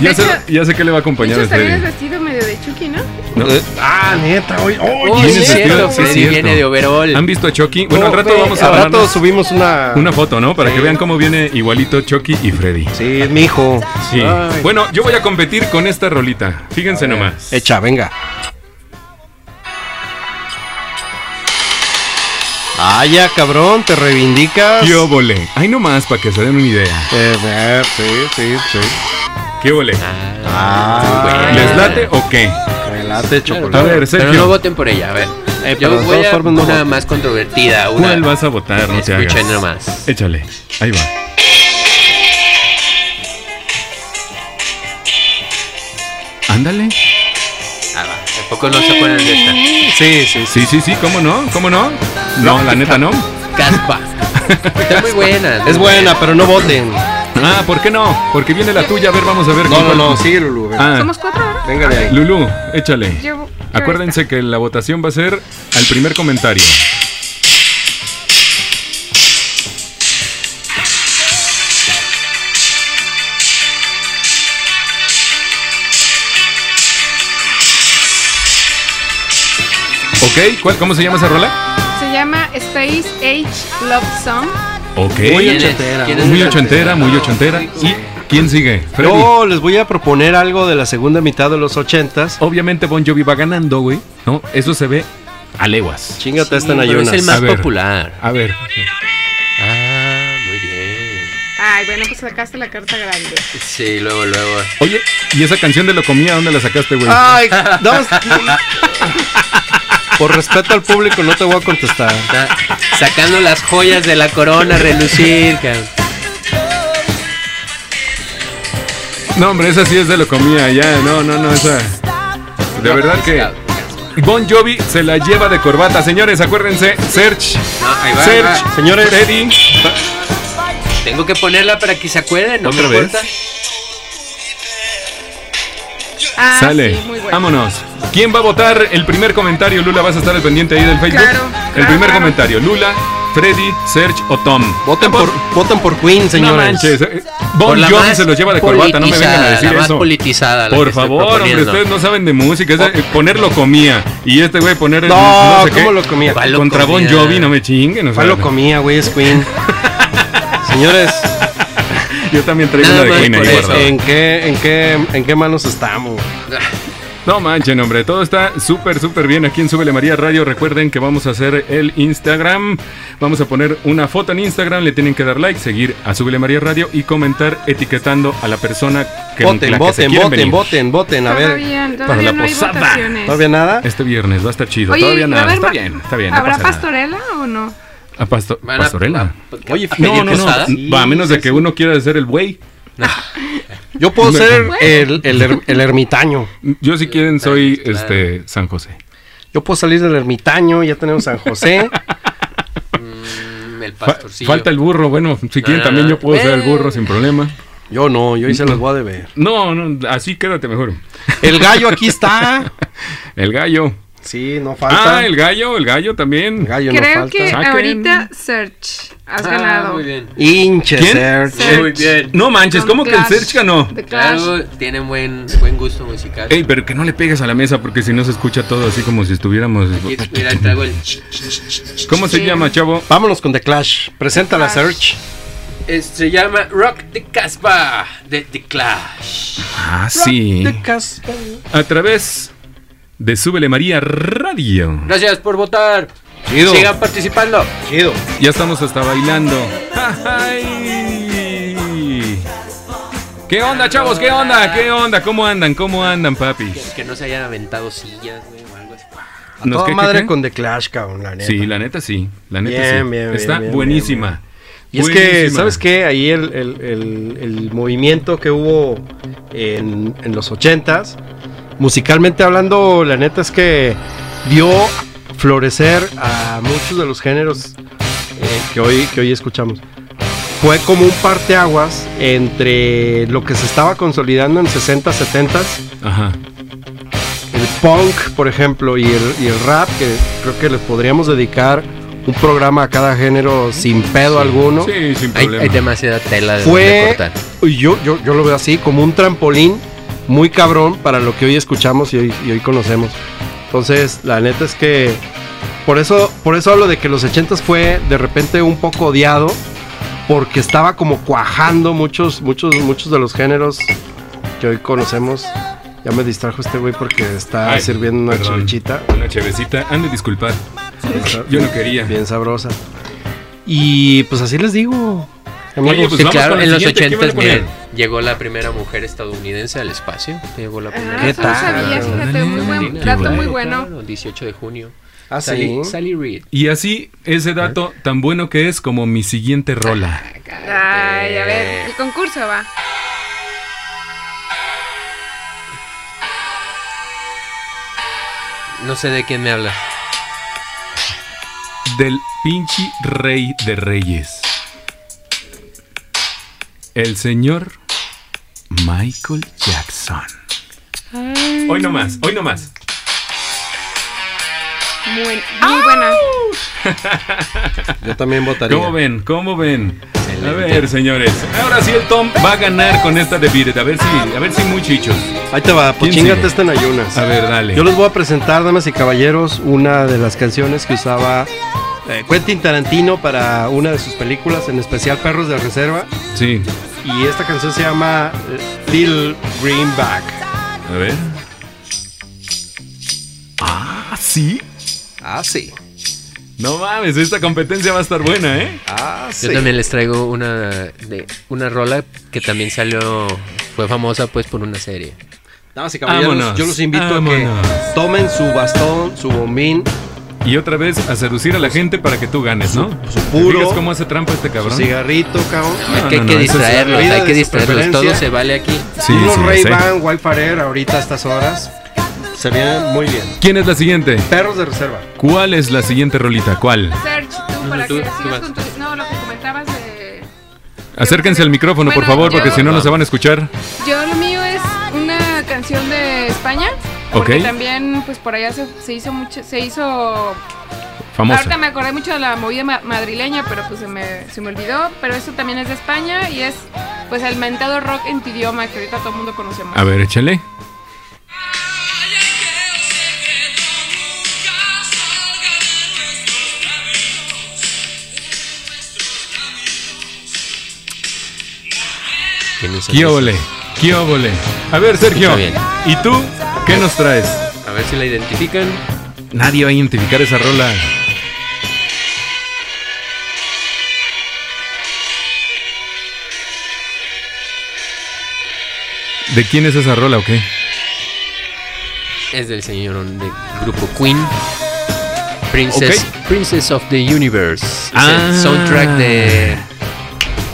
Speaker 2: ya
Speaker 5: De
Speaker 2: sé,
Speaker 5: hecho-
Speaker 2: ya sé que le va a
Speaker 5: De
Speaker 2: acompañar
Speaker 5: hecho,
Speaker 2: a
Speaker 5: también es
Speaker 2: Freddy.
Speaker 5: vestido medio de Chucky, ¿no?
Speaker 2: ¿no?
Speaker 3: [LAUGHS] Ah, neta, hoy.
Speaker 4: Oh,
Speaker 3: hoy
Speaker 2: Oye,
Speaker 4: sí,
Speaker 2: sí,
Speaker 4: es cierto,
Speaker 2: sí,
Speaker 4: Freddy
Speaker 2: cierto.
Speaker 4: viene de overall.
Speaker 2: ¿Han visto a Chucky? Bueno, al rato vamos a
Speaker 3: Al
Speaker 2: dar
Speaker 3: rato subimos una.
Speaker 2: una foto, ¿no? Para que vean cómo viene igualito Chucky y Freddy.
Speaker 3: Sí, es mi hijo.
Speaker 2: Sí.
Speaker 3: Ay.
Speaker 2: Bueno, yo voy a competir con esta rolita. Fíjense nomás.
Speaker 3: Echa, venga. Ah, ya, cabrón, te reivindicas.
Speaker 2: ¿Qué óvole? Ay, nomás, para que se den una idea.
Speaker 3: Eh, eh, sí, sí, sí.
Speaker 2: ¿Qué óvole?
Speaker 3: Ah,
Speaker 2: ¿Les late o qué?
Speaker 3: Me late chocolate.
Speaker 2: A ver,
Speaker 4: Pero
Speaker 2: Sergio.
Speaker 4: no voten por ella, a ver.
Speaker 2: Eh,
Speaker 3: pero
Speaker 4: Yo
Speaker 3: de
Speaker 4: voy
Speaker 3: todas
Speaker 4: a
Speaker 3: formas no
Speaker 4: una
Speaker 3: voten.
Speaker 4: más controvertida. Una...
Speaker 2: ¿Cuál vas a votar? No te hagas.
Speaker 4: Escuchen nomás.
Speaker 2: Échale. Ahí va. Ándale.
Speaker 4: Ah, va. Tampoco no se acuerdan de esta.
Speaker 2: [LAUGHS]
Speaker 3: Sí, sí, sí.
Speaker 2: Sí, sí, sí, ¿cómo no? ¿Cómo no? No, la neta no.
Speaker 4: Caspa. Está muy buena.
Speaker 3: Es buena, pero no voten.
Speaker 2: Ah, ¿por qué no? Porque viene la tuya. A ver, vamos a ver.
Speaker 3: No,
Speaker 2: con
Speaker 3: no,
Speaker 2: cuál-
Speaker 3: no, sigue, Lulu. venga.
Speaker 2: Ah,
Speaker 5: Somos cuatro ahora.
Speaker 3: Venga de ahí.
Speaker 2: Lulú, échale.
Speaker 5: Yo- yo
Speaker 2: Acuérdense que la votación va a ser al primer comentario. Ok, ¿cuál, ¿cómo se llama esa rola?
Speaker 5: Se llama Space Age Love Song.
Speaker 2: Ok.
Speaker 3: Muy
Speaker 4: ¿Quién es?
Speaker 3: ochentera,
Speaker 4: ¿Quién es
Speaker 2: Muy
Speaker 4: el
Speaker 2: ochentera, muy
Speaker 4: tercero?
Speaker 2: ochentera. ¿Y quién sigue? Freddy.
Speaker 3: Yo les voy a proponer algo de la segunda mitad de los ochentas.
Speaker 2: Obviamente Bon Jovi va ganando, güey. ¿No? Eso se ve a leguas.
Speaker 3: Chingate esta
Speaker 4: Sí, pero
Speaker 3: Nayunas.
Speaker 4: es el
Speaker 2: A
Speaker 4: más
Speaker 2: ver.
Speaker 4: popular.
Speaker 2: A ver.
Speaker 4: Ah, muy bien.
Speaker 5: Ay, bueno, pues sacaste la carta grande.
Speaker 4: Sí, luego, luego.
Speaker 2: Oye, ¿y esa canción de lo comía dónde la sacaste, güey?
Speaker 5: Ah.
Speaker 3: Ay, damas- Por respeto al público no te voy a contestar.
Speaker 4: Está sacando las joyas de la corona a relucir, cabrón.
Speaker 2: No, hombre, esa sí es de lo comía, ya. No, no, no, esa. De verdad que. Bon Jovi se la lleva de corbata, señores, acuérdense. Search.
Speaker 4: No, Ah, ahí va, ahí
Speaker 2: Search.
Speaker 4: va.
Speaker 2: Señores. Freddy.
Speaker 4: Tengo que ponerla para que se acuerden, ¿no
Speaker 2: ¿Otra
Speaker 4: me
Speaker 2: vez?
Speaker 4: importa.
Speaker 5: Ah,
Speaker 2: Sale.
Speaker 5: sí, muy bueno.
Speaker 2: Vámonos. ¿Quién va a votar el primer comentario? Lula, vas a estar al pendiente ahí del Facebook.
Speaker 5: Claro,
Speaker 2: el
Speaker 5: claro,
Speaker 2: primer
Speaker 5: claro.
Speaker 2: comentario. Lula, Freddy, Search o Tom.
Speaker 3: Voten por, voten por Queen,
Speaker 2: No
Speaker 3: señores.
Speaker 2: manches, eh, Bon
Speaker 4: Por la
Speaker 2: Jovi
Speaker 4: más
Speaker 2: se los lleva de corbata, no me vengan a
Speaker 4: politizada,
Speaker 2: decir
Speaker 4: la más
Speaker 2: eso.
Speaker 4: politizada, la
Speaker 2: Por
Speaker 4: que estoy
Speaker 2: favor, hombre,
Speaker 4: proponiendo.
Speaker 2: ustedes no saben de música. ese, eh, ponerlo comía. Y este güey poner el.
Speaker 3: No,
Speaker 2: sé
Speaker 3: ¿cómo
Speaker 2: qué.
Speaker 3: lo comía?
Speaker 4: ¿Cuál lo
Speaker 2: Contra Bon
Speaker 4: comía?
Speaker 2: Jovi, no me chinguen. o sea,
Speaker 3: ¿Cuál lo comía, güey? Es Queen.
Speaker 2: [LAUGHS]
Speaker 3: Señores,
Speaker 2: Yo también traigo
Speaker 4: Nada
Speaker 2: una de
Speaker 4: más
Speaker 2: Queen ahí
Speaker 4: por eso.
Speaker 2: guardada.
Speaker 3: ¿en qué, en, qué, ¿en qué manos estamos?
Speaker 2: No manchen, hombre. Todo está súper, súper bien aquí en Súbele María Radio. Recuerden que vamos a hacer el Instagram. Vamos a poner una foto en Instagram. Le tienen que dar like, seguir a Súbele María Radio y comentar etiquetando a la persona que
Speaker 3: Voten,
Speaker 2: la que se
Speaker 3: voten,
Speaker 2: quieren
Speaker 3: voten,
Speaker 2: venir.
Speaker 3: voten, voten. A ver,
Speaker 5: Todavía,
Speaker 2: para la
Speaker 5: todavía no hay
Speaker 2: posada.
Speaker 5: votaciones.
Speaker 3: ¿no había nada?
Speaker 2: Este viernes va a estar chido.
Speaker 5: Oye,
Speaker 2: Todavía
Speaker 5: ¿va a
Speaker 2: nada.
Speaker 5: haber
Speaker 2: Está
Speaker 5: pa-
Speaker 2: bien, está bien. no
Speaker 5: ¿Habrá
Speaker 2: pasa nada.
Speaker 5: pastorela o no?
Speaker 2: A pasto-
Speaker 4: Van a-
Speaker 2: pastorela.
Speaker 4: a-
Speaker 3: Oye,
Speaker 4: a
Speaker 3: ¿pedir
Speaker 2: No, no, no.
Speaker 4: posada?
Speaker 3: Sí,
Speaker 2: Va, a menos de que uno quiera ser el güey.
Speaker 3: Yo puedo
Speaker 2: Me-
Speaker 3: ser el, el, her- el ermitaño.
Speaker 2: Yo si quieren
Speaker 4: Está
Speaker 2: soy
Speaker 4: bien, claro.
Speaker 2: este San José.
Speaker 3: Yo puedo salir del ermitaño, ya tenemos San José.
Speaker 4: Mm, el
Speaker 2: Fa-
Speaker 4: pastorcillo. Ah.
Speaker 2: falta el burro, bueno, si quieren también yo puedo ser el burro sin problema.
Speaker 3: Yo no, yo hice las voy a deber.
Speaker 2: No, no, así quédate mejor.
Speaker 3: El gallo aquí está.
Speaker 2: El gallo.
Speaker 3: Sí, no falta.
Speaker 2: Ah, el
Speaker 3: el...
Speaker 2: gallo, el gallo también.
Speaker 3: gallo no
Speaker 5: Creo
Speaker 3: falta.
Speaker 5: que
Speaker 2: Saquen.
Speaker 5: ahorita Search has
Speaker 4: Ah,
Speaker 5: ganado.
Speaker 4: Muy bien.
Speaker 3: Hinche,
Speaker 2: ¿Quién?
Speaker 3: Sergio.
Speaker 5: Search.
Speaker 4: Muy bien.
Speaker 2: No manches,
Speaker 5: Con
Speaker 2: ¿cómo que el
Speaker 5: Clash.
Speaker 2: Serge ganó?
Speaker 5: The Clash.
Speaker 4: Claro, tienen buen, buen gusto musical.
Speaker 2: Ey, pero que no le pegues a la mesa porque si no se escucha todo así como si estuviéramos.
Speaker 4: Aquí es- mira, traigo el.
Speaker 2: ¿Cómo se
Speaker 5: Sí.
Speaker 2: llama, chavo?
Speaker 3: Vámonos con The Clash. Preséntala,
Speaker 5: Clash.
Speaker 3: Search.
Speaker 4: Es- eh, se llama Rock the Casbah de The Clash.
Speaker 2: Ah, sí.
Speaker 3: The Caspa.
Speaker 2: A través de Súbele María Radio.
Speaker 4: Gracias por votar.
Speaker 3: Chido.
Speaker 4: Sigan participando.
Speaker 3: Chido.
Speaker 2: Ya estamos hasta bailando. ¡Ay! ¿Qué onda, chavos? ¿Qué onda? ¿Qué onda? ¿Cómo andan? ¿Cómo andan, papi?
Speaker 4: Que, que no se hayan aventado sillas, güey, o algo así.
Speaker 3: A
Speaker 2: ¿Nos
Speaker 3: toda
Speaker 2: qué, qué,
Speaker 3: madre
Speaker 2: qué?
Speaker 3: con The Clash, cabrón, la neta.
Speaker 2: Sí, la neta sí. La neta
Speaker 3: Bien,
Speaker 2: sí.
Speaker 3: bien, bien,
Speaker 2: Está
Speaker 3: bien,
Speaker 2: buenísima.
Speaker 3: bien, Y es que,
Speaker 2: Buenísima.
Speaker 3: ¿sabes qué? Ahí el, el- el- el movimiento que hubo en, en los 80s, musicalmente hablando, la neta es que dio florecer a muchos de los géneros eh, que, hoy, que hoy escuchamos. Fue como un parteaguas entre lo que se estaba consolidando en 60s, 70s,
Speaker 2: Ajá.
Speaker 3: el punk, por ejemplo, y el, y el rap, que creo que les podríamos dedicar un programa a cada género sin pedo alguno.
Speaker 2: Sí, sin
Speaker 4: Hay,
Speaker 2: problema.
Speaker 4: hay demasiada tela de de
Speaker 3: Fue,
Speaker 4: cortar.
Speaker 3: yo, yo, yo lo veo así, como un trampolín muy cabrón para lo que hoy escuchamos y hoy, y hoy conocemos. Entonces, la neta es que por eso, por eso hablo de que los 80s fue de repente un poco odiado, porque estaba como cuajando muchos, muchos, muchos de los géneros que hoy conocemos. Ya me distrajo este güey porque está
Speaker 2: Ay,
Speaker 3: sirviendo una
Speaker 2: perdón.
Speaker 3: chivichita.
Speaker 2: Una chevecita. Han de disculpar.
Speaker 3: Está
Speaker 2: [LAUGHS] Yo no quería.
Speaker 3: Bien sabrosa. Y pues así les digo. amigos.
Speaker 2: Oye, pues
Speaker 4: Sí,
Speaker 2: vamos
Speaker 4: claro,
Speaker 2: con la
Speaker 4: en los
Speaker 2: siguiente, ¿qué van a
Speaker 4: 80
Speaker 2: poner?
Speaker 4: llegó la primera mujer estadounidense al espacio. Llegó la primera.
Speaker 5: Ah,
Speaker 3: ¿Qué
Speaker 5: eso no
Speaker 3: tal?
Speaker 5: sabía, fíjate, muy buen
Speaker 4: Argentina.
Speaker 5: dato,
Speaker 4: Claro,
Speaker 5: muy bueno.
Speaker 4: claro, 18 de junio.
Speaker 3: Ah,
Speaker 4: Sally,
Speaker 3: sí.
Speaker 4: Sally Reed.
Speaker 2: Y así, ese dato tan bueno que es como mi siguiente rola.
Speaker 5: Ay, a ver, el concurso va.
Speaker 4: No sé de quién me habla.
Speaker 2: Del pinche rey de reyes. El señor Michael Jackson. Hoy no más, hoy no más.
Speaker 5: Muy, muy buena.
Speaker 3: Yo también votaría.
Speaker 2: ¿Cómo ven? ¿Cómo ven? A ver, señores. Ahora sí el Tom va a ganar con esta de Beat It. A ver si, a ver si muy chichos.
Speaker 3: Ahí te va, pues
Speaker 2: ¿Quién
Speaker 3: chingate
Speaker 2: sigue?
Speaker 3: esta en ayunas.
Speaker 2: A ver, dale.
Speaker 3: Yo les voy a presentar, damas y caballeros, una de las canciones que usaba eh, Quentin Tarantino para una de sus películas, en especial Perros de Reserva.
Speaker 2: Sí.
Speaker 3: Y esta canción se llama eh, Little Greenback.
Speaker 2: A ver. Ah, sí.
Speaker 3: Ah, sí.
Speaker 2: No mames, esta competencia va a estar buena, ¿eh?
Speaker 3: Ah, sí.
Speaker 4: Yo también les traigo una de una rola que también salió fue famosa pues por una serie.
Speaker 3: Damas y caballeros,
Speaker 2: Vámonos,
Speaker 3: yo los invito
Speaker 2: vámonos.
Speaker 3: a que tomen su bastón, su bombín,
Speaker 2: Y otra vez a seducir a la gente para que tú ganes, ¿no? ¿Te
Speaker 3: su puro.
Speaker 2: fijas cómo hace trampa este
Speaker 3: su
Speaker 2: cabrón?
Speaker 3: cigarrito, cabrón.
Speaker 4: Es
Speaker 2: No,
Speaker 4: que hay
Speaker 2: no,
Speaker 4: que
Speaker 2: no, eso es la
Speaker 4: distraerlos,
Speaker 3: vida
Speaker 4: hay
Speaker 3: de
Speaker 4: que
Speaker 3: su
Speaker 4: distraerlos, todo
Speaker 3: preferencia.
Speaker 4: se vale aquí.
Speaker 2: Sí,
Speaker 3: unos
Speaker 2: sí,
Speaker 3: Ray
Speaker 2: sí.
Speaker 3: Ban, Wi-Fi Air ahorita a estas horas. Se vienen muy bien.
Speaker 2: ¿Quién es la siguiente?
Speaker 3: Perros de reserva.
Speaker 2: ¿Cuál es la siguiente rolita? ¿Cuál?
Speaker 5: Serge, tú
Speaker 4: No,
Speaker 5: para
Speaker 4: tú-
Speaker 5: que
Speaker 4: tú
Speaker 5: sigas
Speaker 4: vas.
Speaker 5: con tu. No, lo que comentabas de.
Speaker 2: Acérquense al micrófono, por
Speaker 5: Bueno,
Speaker 2: favor,
Speaker 5: yo-
Speaker 2: porque si no, no se van a escuchar.
Speaker 5: Yo lo mío es una canción de España. Porque
Speaker 2: Ok.
Speaker 5: también, pues por allá se, se hizo mucho. Se hizo. Ahorita
Speaker 2: Famosa.
Speaker 5: me acordé mucho de la movida ma- madrileña, pero pues se me, se me olvidó. Pero esto también es de España y es, pues, el mentado rock en tu idioma que ahorita todo el mundo conocemos.
Speaker 2: A ver, échale.
Speaker 4: ¿Quién hizo eso?
Speaker 2: Quióbole, quióbole. A ver, Sergio.
Speaker 4: Escucha bien.
Speaker 2: ¿Y tú qué nos traes?
Speaker 4: A ver si la identifican.
Speaker 2: Nadie va a identificar esa rola. ¿De quién es esa rola o qué?
Speaker 4: Es del señor del grupo Queen. Princess, Princess of the Universe. Es
Speaker 2: Ah.
Speaker 4: el soundtrack de.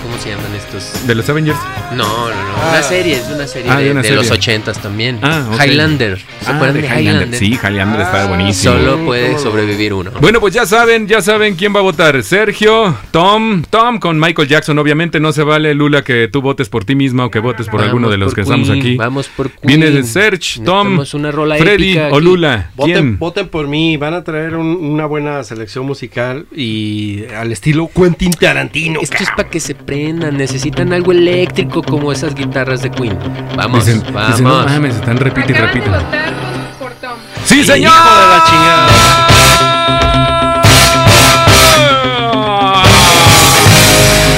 Speaker 4: ¿Cómo se se llaman estos?
Speaker 2: ¿De los Avengers?
Speaker 4: No, no, no. Una serie, es una serie
Speaker 2: Ah,
Speaker 4: de,
Speaker 2: de una
Speaker 4: de
Speaker 2: serie.
Speaker 4: los ochentas también.
Speaker 2: Ah, ok.
Speaker 4: Highlander. ¿Se
Speaker 2: Ah,
Speaker 4: acuerdan
Speaker 2: de
Speaker 4: de
Speaker 2: Highlander.
Speaker 4: Highlander?
Speaker 2: Sí, Highlander está buenísimo.
Speaker 4: Solo puede sobrevivir uno.
Speaker 2: Bueno, pues ya saben, ya saben quién va a votar. Sergio, Tom, Tom con Michael Jackson. Obviamente no se vale, Lula, que tú votes por ti misma o que votes por
Speaker 4: Vamos
Speaker 2: alguno de los
Speaker 4: por
Speaker 2: que
Speaker 4: Queen,
Speaker 2: estamos aquí.
Speaker 4: Vamos por Queen.
Speaker 2: Viene de Serge, Tom,
Speaker 4: Necesitamos una rola
Speaker 2: Freddy
Speaker 4: épica
Speaker 2: o
Speaker 4: aquí.
Speaker 2: Lula.
Speaker 3: Voten,
Speaker 2: ¿Quién?
Speaker 3: voten por mí, van a traer un- una buena selección musical y al estilo Quentin Tarantino.
Speaker 4: Esto es
Speaker 3: cabrón.
Speaker 4: para que se prendan. Necesitan algo eléctrico como esas guitarras de Queen. Vamos,
Speaker 2: Dicen,
Speaker 4: vamos.
Speaker 2: dicen, no mames, están repite y
Speaker 5: Acaban de
Speaker 2: repite.
Speaker 5: votar por, por Tom.
Speaker 2: ¡Sí, señor!
Speaker 3: Hijo de la chingada.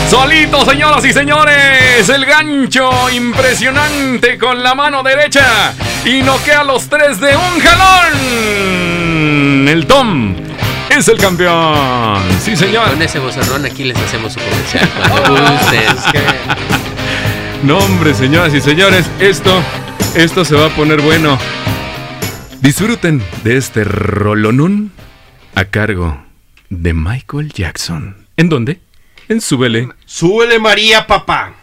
Speaker 2: Solito, señoras y señores, el gancho impresionante con la mano derecha y noquea a los tres de un jalón. El Tom es el campeón. Sí, señor.
Speaker 4: Con ese bozarrón aquí les hacemos su comercial.
Speaker 2: [LAUGHS]
Speaker 4: Cuando
Speaker 2: Oh.
Speaker 4: gustes.
Speaker 2: No, hombre, señoras y señores, esto, esto se va a poner bueno. Disfruten de este rolonún a cargo de Michael Jackson. ¿En dónde? En Súbele.
Speaker 3: Súbele María, papá.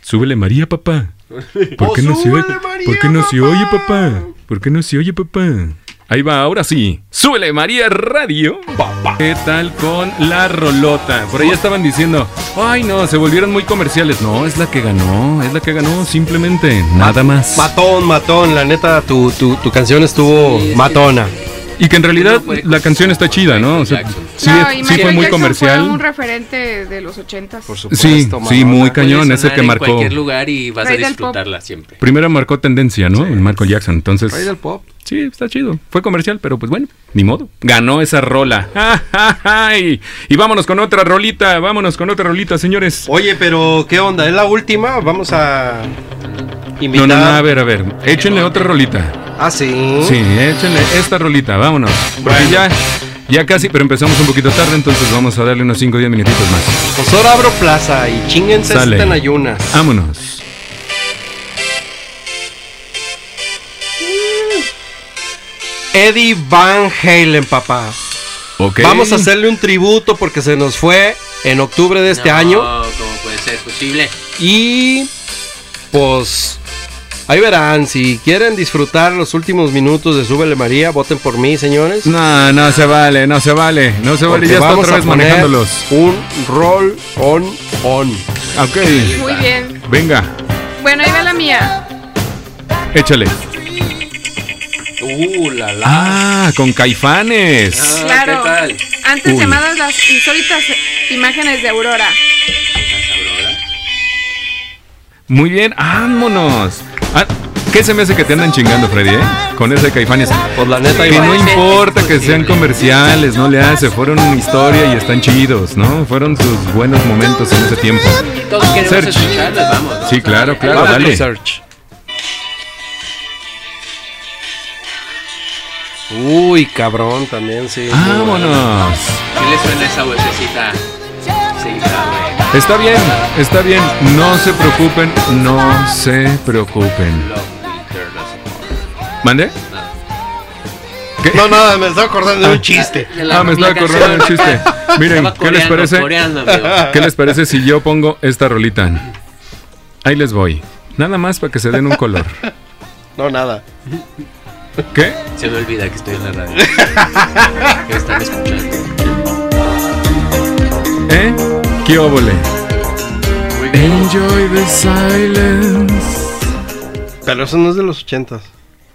Speaker 2: Súbele María, papá. ¿Por
Speaker 3: Oh,
Speaker 2: qué no se
Speaker 3: súbele,
Speaker 2: oye?
Speaker 3: María,
Speaker 2: ¿Por qué no se
Speaker 3: papá.
Speaker 2: oye, papá? ¿Por qué no se oye, papá? Ahí va, ahora sí. Súbele María Radio. ¿Qué tal con la rolota? Por ahí estaban diciendo, ay no, se volvieron muy comerciales. No, es la que ganó, es la que ganó, simplemente. Nada más.
Speaker 3: Matón, matón, la neta, tu, tu, tu canción estuvo
Speaker 4: Sí, es que-
Speaker 3: matona.
Speaker 2: Y que en realidad
Speaker 4: No fue
Speaker 2: la canción está chida, ¿no? O sea,
Speaker 4: Michael Jackson.
Speaker 2: sí,
Speaker 5: No, y
Speaker 2: sí
Speaker 5: Michael
Speaker 2: fue muy
Speaker 5: Jackson
Speaker 2: comercial.
Speaker 5: Fue un referente de los ochentas.
Speaker 2: sí, sí, muy
Speaker 4: Puede
Speaker 2: cañón, ese
Speaker 4: sonar
Speaker 2: que
Speaker 4: En
Speaker 2: marcó.
Speaker 4: cualquier lugar y vas a
Speaker 5: Rey del pop.
Speaker 4: disfrutarla siempre.
Speaker 2: Primero marcó tendencia, ¿no? El Michael Jackson, entonces...
Speaker 3: Rey del pop.
Speaker 2: Sí, está chido. Fue comercial, pero pues bueno, ni modo. Ganó esa rola. [LAUGHS] ¡Ja, ja, ja! Y, y vámonos con otra rolita, vámonos con otra rolita, señores.
Speaker 3: Oye, pero ¿qué onda? ¿Es la última? Vamos a
Speaker 2: No, no,
Speaker 3: invitar.
Speaker 2: no, a ver, a ver. Échenle otra rolita.
Speaker 3: Ah, sí.
Speaker 2: Sí, échenle esta rolita, vámonos. Porque
Speaker 3: Bueno.
Speaker 2: ya, ya casi, pero empezamos un poquito tarde, entonces vamos a darle unos 5 o 10 minutitos más.
Speaker 3: Pues ahora abro plaza y chinguense
Speaker 2: Sale.
Speaker 3: en ayunas.
Speaker 2: Vámonos.
Speaker 3: Eddie Van Halen, papá.
Speaker 2: Ok.
Speaker 3: Vamos a hacerle un tributo porque se nos fue en octubre de este
Speaker 4: No,
Speaker 3: año.
Speaker 4: ¿Cómo puede ser posible?
Speaker 3: Y pues ahí verán, si quieren disfrutar los últimos minutos de Súbele María, voten por mí, señores.
Speaker 2: No, no se vale, no se vale. No se vale,
Speaker 3: porque
Speaker 2: ya está
Speaker 3: vamos
Speaker 2: otra
Speaker 3: a
Speaker 2: vez
Speaker 3: poner
Speaker 2: manejándolos.
Speaker 3: Un roll on on.
Speaker 2: Ok.
Speaker 5: Muy bien.
Speaker 2: Venga,
Speaker 5: Bueno, ahí va la
Speaker 4: Ah,
Speaker 5: mía.
Speaker 2: échale.
Speaker 4: Uh, la la.
Speaker 2: Ah, con caifanes.
Speaker 4: Ah,
Speaker 5: Claro.
Speaker 4: ¿Qué tal?
Speaker 5: Antes
Speaker 2: Uy.
Speaker 5: llamadas las insólitas imágenes de Aurora.
Speaker 2: Muy bien, vámonos. Ah, ¿Qué se me hace que te andan chingando, Freddy, eh? Con ese caifanes.
Speaker 3: Pues la neta,
Speaker 2: Que no
Speaker 3: Iván.
Speaker 2: importa que sean comerciales, no le hace. Fueron una historia y están chidos, ¿no? Fueron sus buenos momentos en ese tiempo.
Speaker 4: Todos queremos
Speaker 2: Search.
Speaker 4: escucharlas, vamos.
Speaker 2: Ah, Sí,
Speaker 4: vamos,
Speaker 2: claro,
Speaker 4: vamos.
Speaker 2: claro,
Speaker 3: Vamos,
Speaker 2: dale.
Speaker 3: research. Uy, cabrón, también
Speaker 2: Ah,
Speaker 3: sí.
Speaker 2: Vámonos.
Speaker 4: ¿Qué le suena esa huesecita? Sí, está,
Speaker 2: Está bien, está bien. No se preocupen, no se preocupen.
Speaker 4: güey. Lovely girl, no sé cómo.
Speaker 2: ¿Mande? ¿Qué?
Speaker 3: No, nada, me estaba acordando de un chiste.
Speaker 2: Ah, me estaba
Speaker 4: La canción
Speaker 2: acordando el
Speaker 4: [LAUGHS]
Speaker 2: chiste. Miren,
Speaker 4: estaba
Speaker 2: ¿qué les
Speaker 4: coreando,
Speaker 2: parece?
Speaker 4: coreando, amigo.
Speaker 2: [LAUGHS] ¿Qué les parece si yo pongo esta rolita? Ahí les voy. Nada más para que se den un color.
Speaker 3: No, nada.
Speaker 2: ¿Qué?
Speaker 4: Se me olvida que estoy en la radio. que me están escuchando.
Speaker 2: ¿Eh? ¿Qué óvole?
Speaker 4: Muy bien.
Speaker 2: Enjoy the silence.
Speaker 3: Pero eso no es de los ochentas.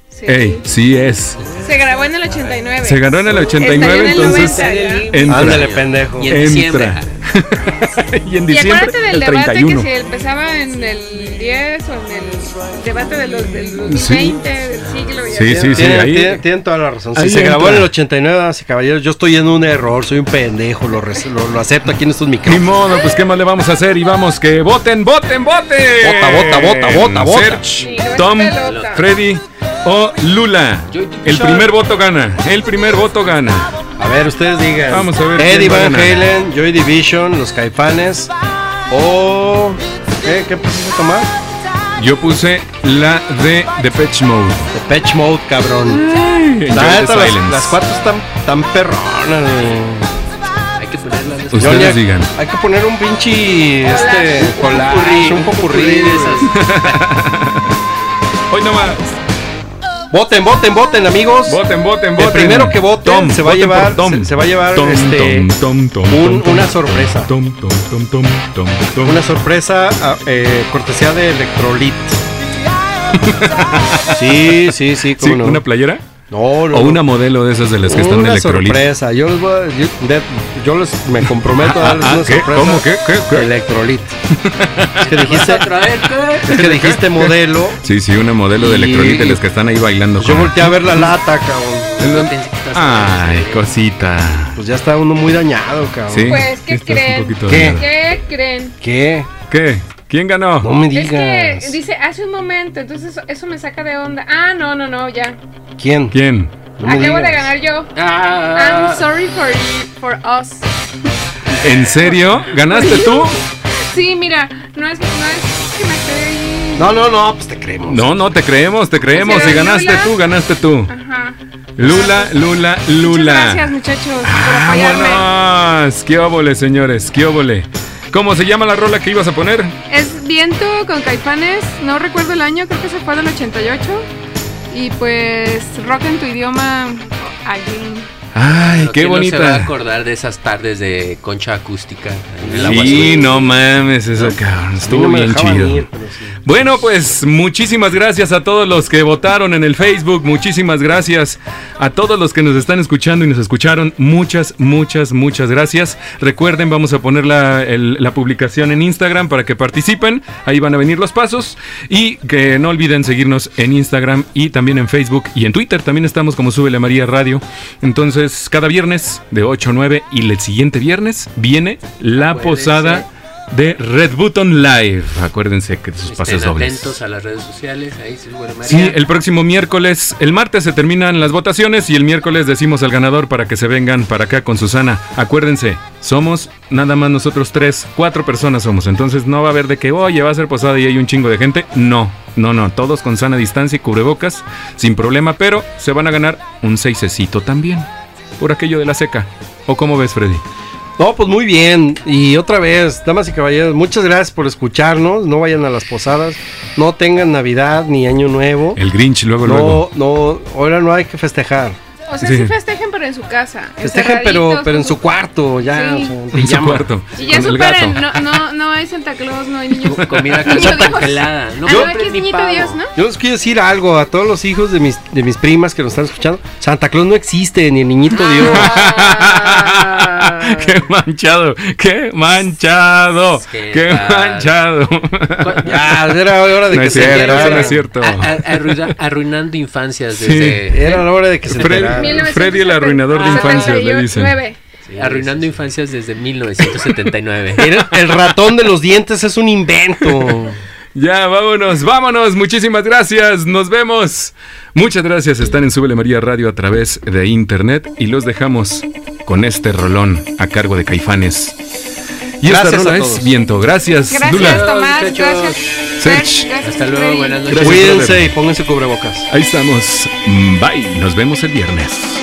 Speaker 5: Sí.
Speaker 2: Ey, sí es.
Speaker 5: Se grabó en el 89.
Speaker 2: Se ganó en el 89,
Speaker 5: Estalló en el
Speaker 2: entonces.
Speaker 5: 90.
Speaker 2: entra.
Speaker 3: Ándale, pendejo.
Speaker 4: Y en diciembre.
Speaker 2: Entra. [LAUGHS] y en
Speaker 5: Y
Speaker 2: diciembre
Speaker 5: acuérdate del
Speaker 2: el
Speaker 5: debate
Speaker 2: 31.
Speaker 5: que se empezaba en el 10 o en el debate de los, de los
Speaker 2: Sí.
Speaker 5: 20 del siglo. y
Speaker 2: Sí,
Speaker 5: así.
Speaker 2: sí, sí.
Speaker 3: tienen,
Speaker 2: Ahí.
Speaker 3: tienen- tienen toda la razón.
Speaker 2: ahí
Speaker 3: Si se grabó
Speaker 2: entra.
Speaker 3: en el 89, damas y caballeros, yo estoy en un error, soy un pendejo, lo, res- lo, lo acepto aquí en estos
Speaker 2: Ni
Speaker 3: micrófonos.
Speaker 2: modo, pues qué más le vamos a hacer y vamos que voten, voten, voten.
Speaker 3: Vota, vota, vota, vota, vota.
Speaker 2: Serge,
Speaker 5: Sí, no es
Speaker 2: Tom,
Speaker 5: pelota.
Speaker 2: Freddy o Lula. El primer voto gana. El primer voto gana.
Speaker 3: A ver, ustedes digan.
Speaker 2: Vamos a ver
Speaker 3: Eddie
Speaker 2: quién va a
Speaker 3: Van
Speaker 2: ganar.
Speaker 3: Halen, Joy Division, Los Caifanes o... ¿Qué, qué pusiste a tomar?
Speaker 2: Yo puse la de Depeche Mode.
Speaker 3: The Patch Mode, cabrón.
Speaker 2: Enjoy
Speaker 3: La
Speaker 2: the
Speaker 3: neta, las,
Speaker 2: silence.
Speaker 3: las cuatro están tan perronas. güey.
Speaker 4: Hay que ponerla.
Speaker 3: Johnny,
Speaker 2: ustedes digan.
Speaker 3: Hay que poner un pinche este,
Speaker 5: Un
Speaker 3: collage,
Speaker 4: Popurrí,
Speaker 3: un
Speaker 4: popurrí
Speaker 3: popurrí.
Speaker 4: de esas.
Speaker 2: Hoy nomás.
Speaker 3: Voten, voten, voten, amigos.
Speaker 2: Voten, voten,
Speaker 3: El
Speaker 2: voten.
Speaker 3: primero que vote
Speaker 2: Tom,
Speaker 3: se va a
Speaker 2: voten por
Speaker 3: llevar,
Speaker 2: Tom.
Speaker 3: se, se va a llevar
Speaker 2: Tom,
Speaker 3: este,
Speaker 2: Tom, Tom, Tom,
Speaker 3: un-
Speaker 2: Tom,
Speaker 3: una
Speaker 2: Tom.
Speaker 3: sorpresa.
Speaker 2: Tom, tom, tom, tom, tom, tom.
Speaker 3: Una sorpresa ah, eh, cortesía de Electrolit. [LAUGHS] Sí, sí, sí,
Speaker 2: Sí,
Speaker 3: cómo no.
Speaker 2: ¿Una playera?
Speaker 3: No, no,
Speaker 2: ¿O
Speaker 3: no.
Speaker 2: una modelo de esas de las que están de
Speaker 3: Una
Speaker 2: electrolit?
Speaker 3: sorpresa. Yo les voy a- yo, de- yo les- me comprometo a darles
Speaker 2: Ah,
Speaker 3: una
Speaker 2: ¿qué?
Speaker 3: sorpresa.
Speaker 2: ¿Cómo? ¿Qué? ¿Qué? ¿Qué? [LAUGHS]
Speaker 3: Electrolit. Es que dijiste,
Speaker 4: ¿Otra vez qué?
Speaker 3: es que dijiste modelo.
Speaker 2: Sí, sí, una modelo de
Speaker 3: Y-
Speaker 2: electrolit de las que están ahí bailando.
Speaker 3: Yo
Speaker 2: con-
Speaker 3: volteé a ver la lata, cabrón.
Speaker 4: Pensé que estabas-
Speaker 2: Ay, cosita.
Speaker 3: Pues ya está uno muy dañado, cabrón.
Speaker 2: Sí.
Speaker 5: Pues, ¿qué
Speaker 2: estás un
Speaker 5: creen?
Speaker 2: poquito
Speaker 3: ¿Qué?
Speaker 2: dañada.
Speaker 5: ¿Qué creen?
Speaker 3: ¿Qué?
Speaker 2: ¿Qué? ¿Quién ganó?
Speaker 3: No me
Speaker 5: Es que
Speaker 3: digas.
Speaker 5: dice hace un momento, entonces eso, eso me saca de onda. Ah, no, no, no, ya.
Speaker 3: ¿Quién?
Speaker 2: ¿Quién?
Speaker 3: No me
Speaker 5: Acabo de
Speaker 3: digas.
Speaker 5: ganar yo. I'm
Speaker 4: Ah,
Speaker 5: sorry for, for us.
Speaker 2: ¿En serio? ¿Ganaste tú?
Speaker 5: Sí, mira, no es, no es que me quedé ahí.
Speaker 3: No, no, no, pues te creemos.
Speaker 2: No, no, te creemos, te creemos.
Speaker 5: ¿En
Speaker 2: Si
Speaker 5: serio,
Speaker 2: ganaste
Speaker 5: Lula?
Speaker 2: tú, ganaste tú.
Speaker 5: Ajá.
Speaker 2: Lula, Lula, Lula.
Speaker 5: Muchas gracias, muchachos, por
Speaker 3: Ah,
Speaker 5: apoyarme.
Speaker 2: ¡Vámonos! ¡Qué óvole, señores! ¡Qué óvole! ¿Cómo se llama la rola que ibas a poner?
Speaker 5: Es Viento con Caifanes, no recuerdo el año, creo que se fue del 88. Y pues, rock en tu idioma, alguien.
Speaker 2: ¡Ay,
Speaker 4: pero
Speaker 2: qué
Speaker 4: ¿quién no se va a
Speaker 2: bonita!
Speaker 4: acordar de esas tardes de concha acústica en el agua
Speaker 2: Sí,
Speaker 4: azul?
Speaker 2: no mames, eso cabrón.
Speaker 3: A mí
Speaker 2: Estuvo
Speaker 3: no me
Speaker 2: bien
Speaker 3: dejaban
Speaker 2: chido.
Speaker 3: ir, pero sí.
Speaker 2: Bueno, pues muchísimas gracias a todos los que votaron en el Facebook, muchísimas gracias a todos los que nos están escuchando y nos escucharon, muchas, muchas, muchas gracias. Recuerden, vamos a poner la, el- la publicación en Instagram para que participen, ahí van a venir los pasos y que no olviden seguirnos en Instagram y también en Facebook y en Twitter, también estamos como Súbele María Radio. Entonces, cada viernes de 8 a 9 y el siguiente viernes viene la
Speaker 4: Puede
Speaker 2: posada
Speaker 4: ser.
Speaker 2: de Red Button Live. Acuérdense que sus
Speaker 4: Estén
Speaker 2: pases dobles.
Speaker 4: Este, atentos a las redes sociales, ahí sí, bueno, María.
Speaker 2: Sí, el próximo miércoles, el martes se terminan las votaciones y el miércoles decimos al ganador para que se vengan para acá con Susana. Acuérdense, somos nada más nosotros tres, cuatro personas somos. Entonces no va a haber de que, oye, va a ser posada y hay un chingo de gente. No, no, no, todos con sana distancia y cubrebocas, sin problema, pero se van a ganar un seisecito también. Por aquello de la seca. ¿O cómo ves, Freddy?
Speaker 3: No, pues muy bien. Y otra vez, damas y caballeros, muchas gracias por escucharnos. No vayan a las posadas. No tengan Navidad ni Año Nuevo.
Speaker 2: El Grinch, luego, luego.
Speaker 3: No, no, ahora no hay que festejar.
Speaker 5: O sea,
Speaker 2: Sí.
Speaker 5: sí, festejen, pero en su casa.
Speaker 3: Festejen, pero,
Speaker 5: encerraditos,
Speaker 3: pero en
Speaker 5: con
Speaker 3: su cuarto, ya.
Speaker 5: Sí.
Speaker 3: o sea, en
Speaker 2: En su
Speaker 3: pijama.
Speaker 2: cuarto.
Speaker 5: Y ya
Speaker 2: con el gato.
Speaker 5: superen, no, no, no hay Santa Claus, no hay niños.
Speaker 4: Comida
Speaker 5: [LAUGHS] Niño
Speaker 4: casa
Speaker 5: Dios.
Speaker 4: congelada. No
Speaker 5: Ah, no,
Speaker 4: compren
Speaker 5: aquí es
Speaker 4: ni
Speaker 5: niñito
Speaker 4: pavo.
Speaker 5: Dios, ¿no?
Speaker 3: Yo les quiero decir algo a todos los hijos de mis, de mis primas que nos están escuchando. Santa Claus no existe, ni el niñito Dios.
Speaker 5: [LAUGHS] Ah.
Speaker 2: [LAUGHS] qué manchado, qué manchado,
Speaker 4: Qué
Speaker 2: qué
Speaker 4: tal.
Speaker 2: manchado. [LAUGHS]
Speaker 4: Cu-
Speaker 3: Ya, Ah, era hora de
Speaker 2: No
Speaker 3: que
Speaker 2: es
Speaker 3: se
Speaker 2: cierto,
Speaker 3: enteraran.
Speaker 2: Ah, no es cierto.
Speaker 4: a- a- arruina- arruinando infancias
Speaker 2: Sí.
Speaker 4: desde
Speaker 3: Era la hora de que se
Speaker 2: Fred-
Speaker 3: enteraran.
Speaker 5: 1979.
Speaker 2: Freddy el arruinador
Speaker 4: de infancias,
Speaker 2: le dicen.
Speaker 5: 79.
Speaker 4: arruinando infancias
Speaker 2: [LAUGHS]
Speaker 4: desde 1979.
Speaker 3: El, el ratón de los dientes es un invento.
Speaker 2: Ya, vámonos, vámonos. Muchísimas gracias. Nos vemos. Muchas gracias. Están en Súbele María Radio a través de internet y los dejamos con este rolón a cargo de Caifanes. Y
Speaker 3: Gracias
Speaker 2: esta rola
Speaker 3: a
Speaker 2: es
Speaker 3: todos.
Speaker 2: viento. Gracias,
Speaker 5: Gracias,
Speaker 2: Dula.
Speaker 5: Tomás.
Speaker 4: Muchachos.
Speaker 5: Gracias,
Speaker 2: Serge.
Speaker 5: Serge. Gracias,
Speaker 4: Hasta luego,
Speaker 5: Freddy.
Speaker 4: buenas noches.
Speaker 2: Gracias,
Speaker 3: Cuídense
Speaker 2: brother.
Speaker 3: y pónganse cubrebocas.
Speaker 2: Ahí estamos. Bye. Nos vemos el viernes.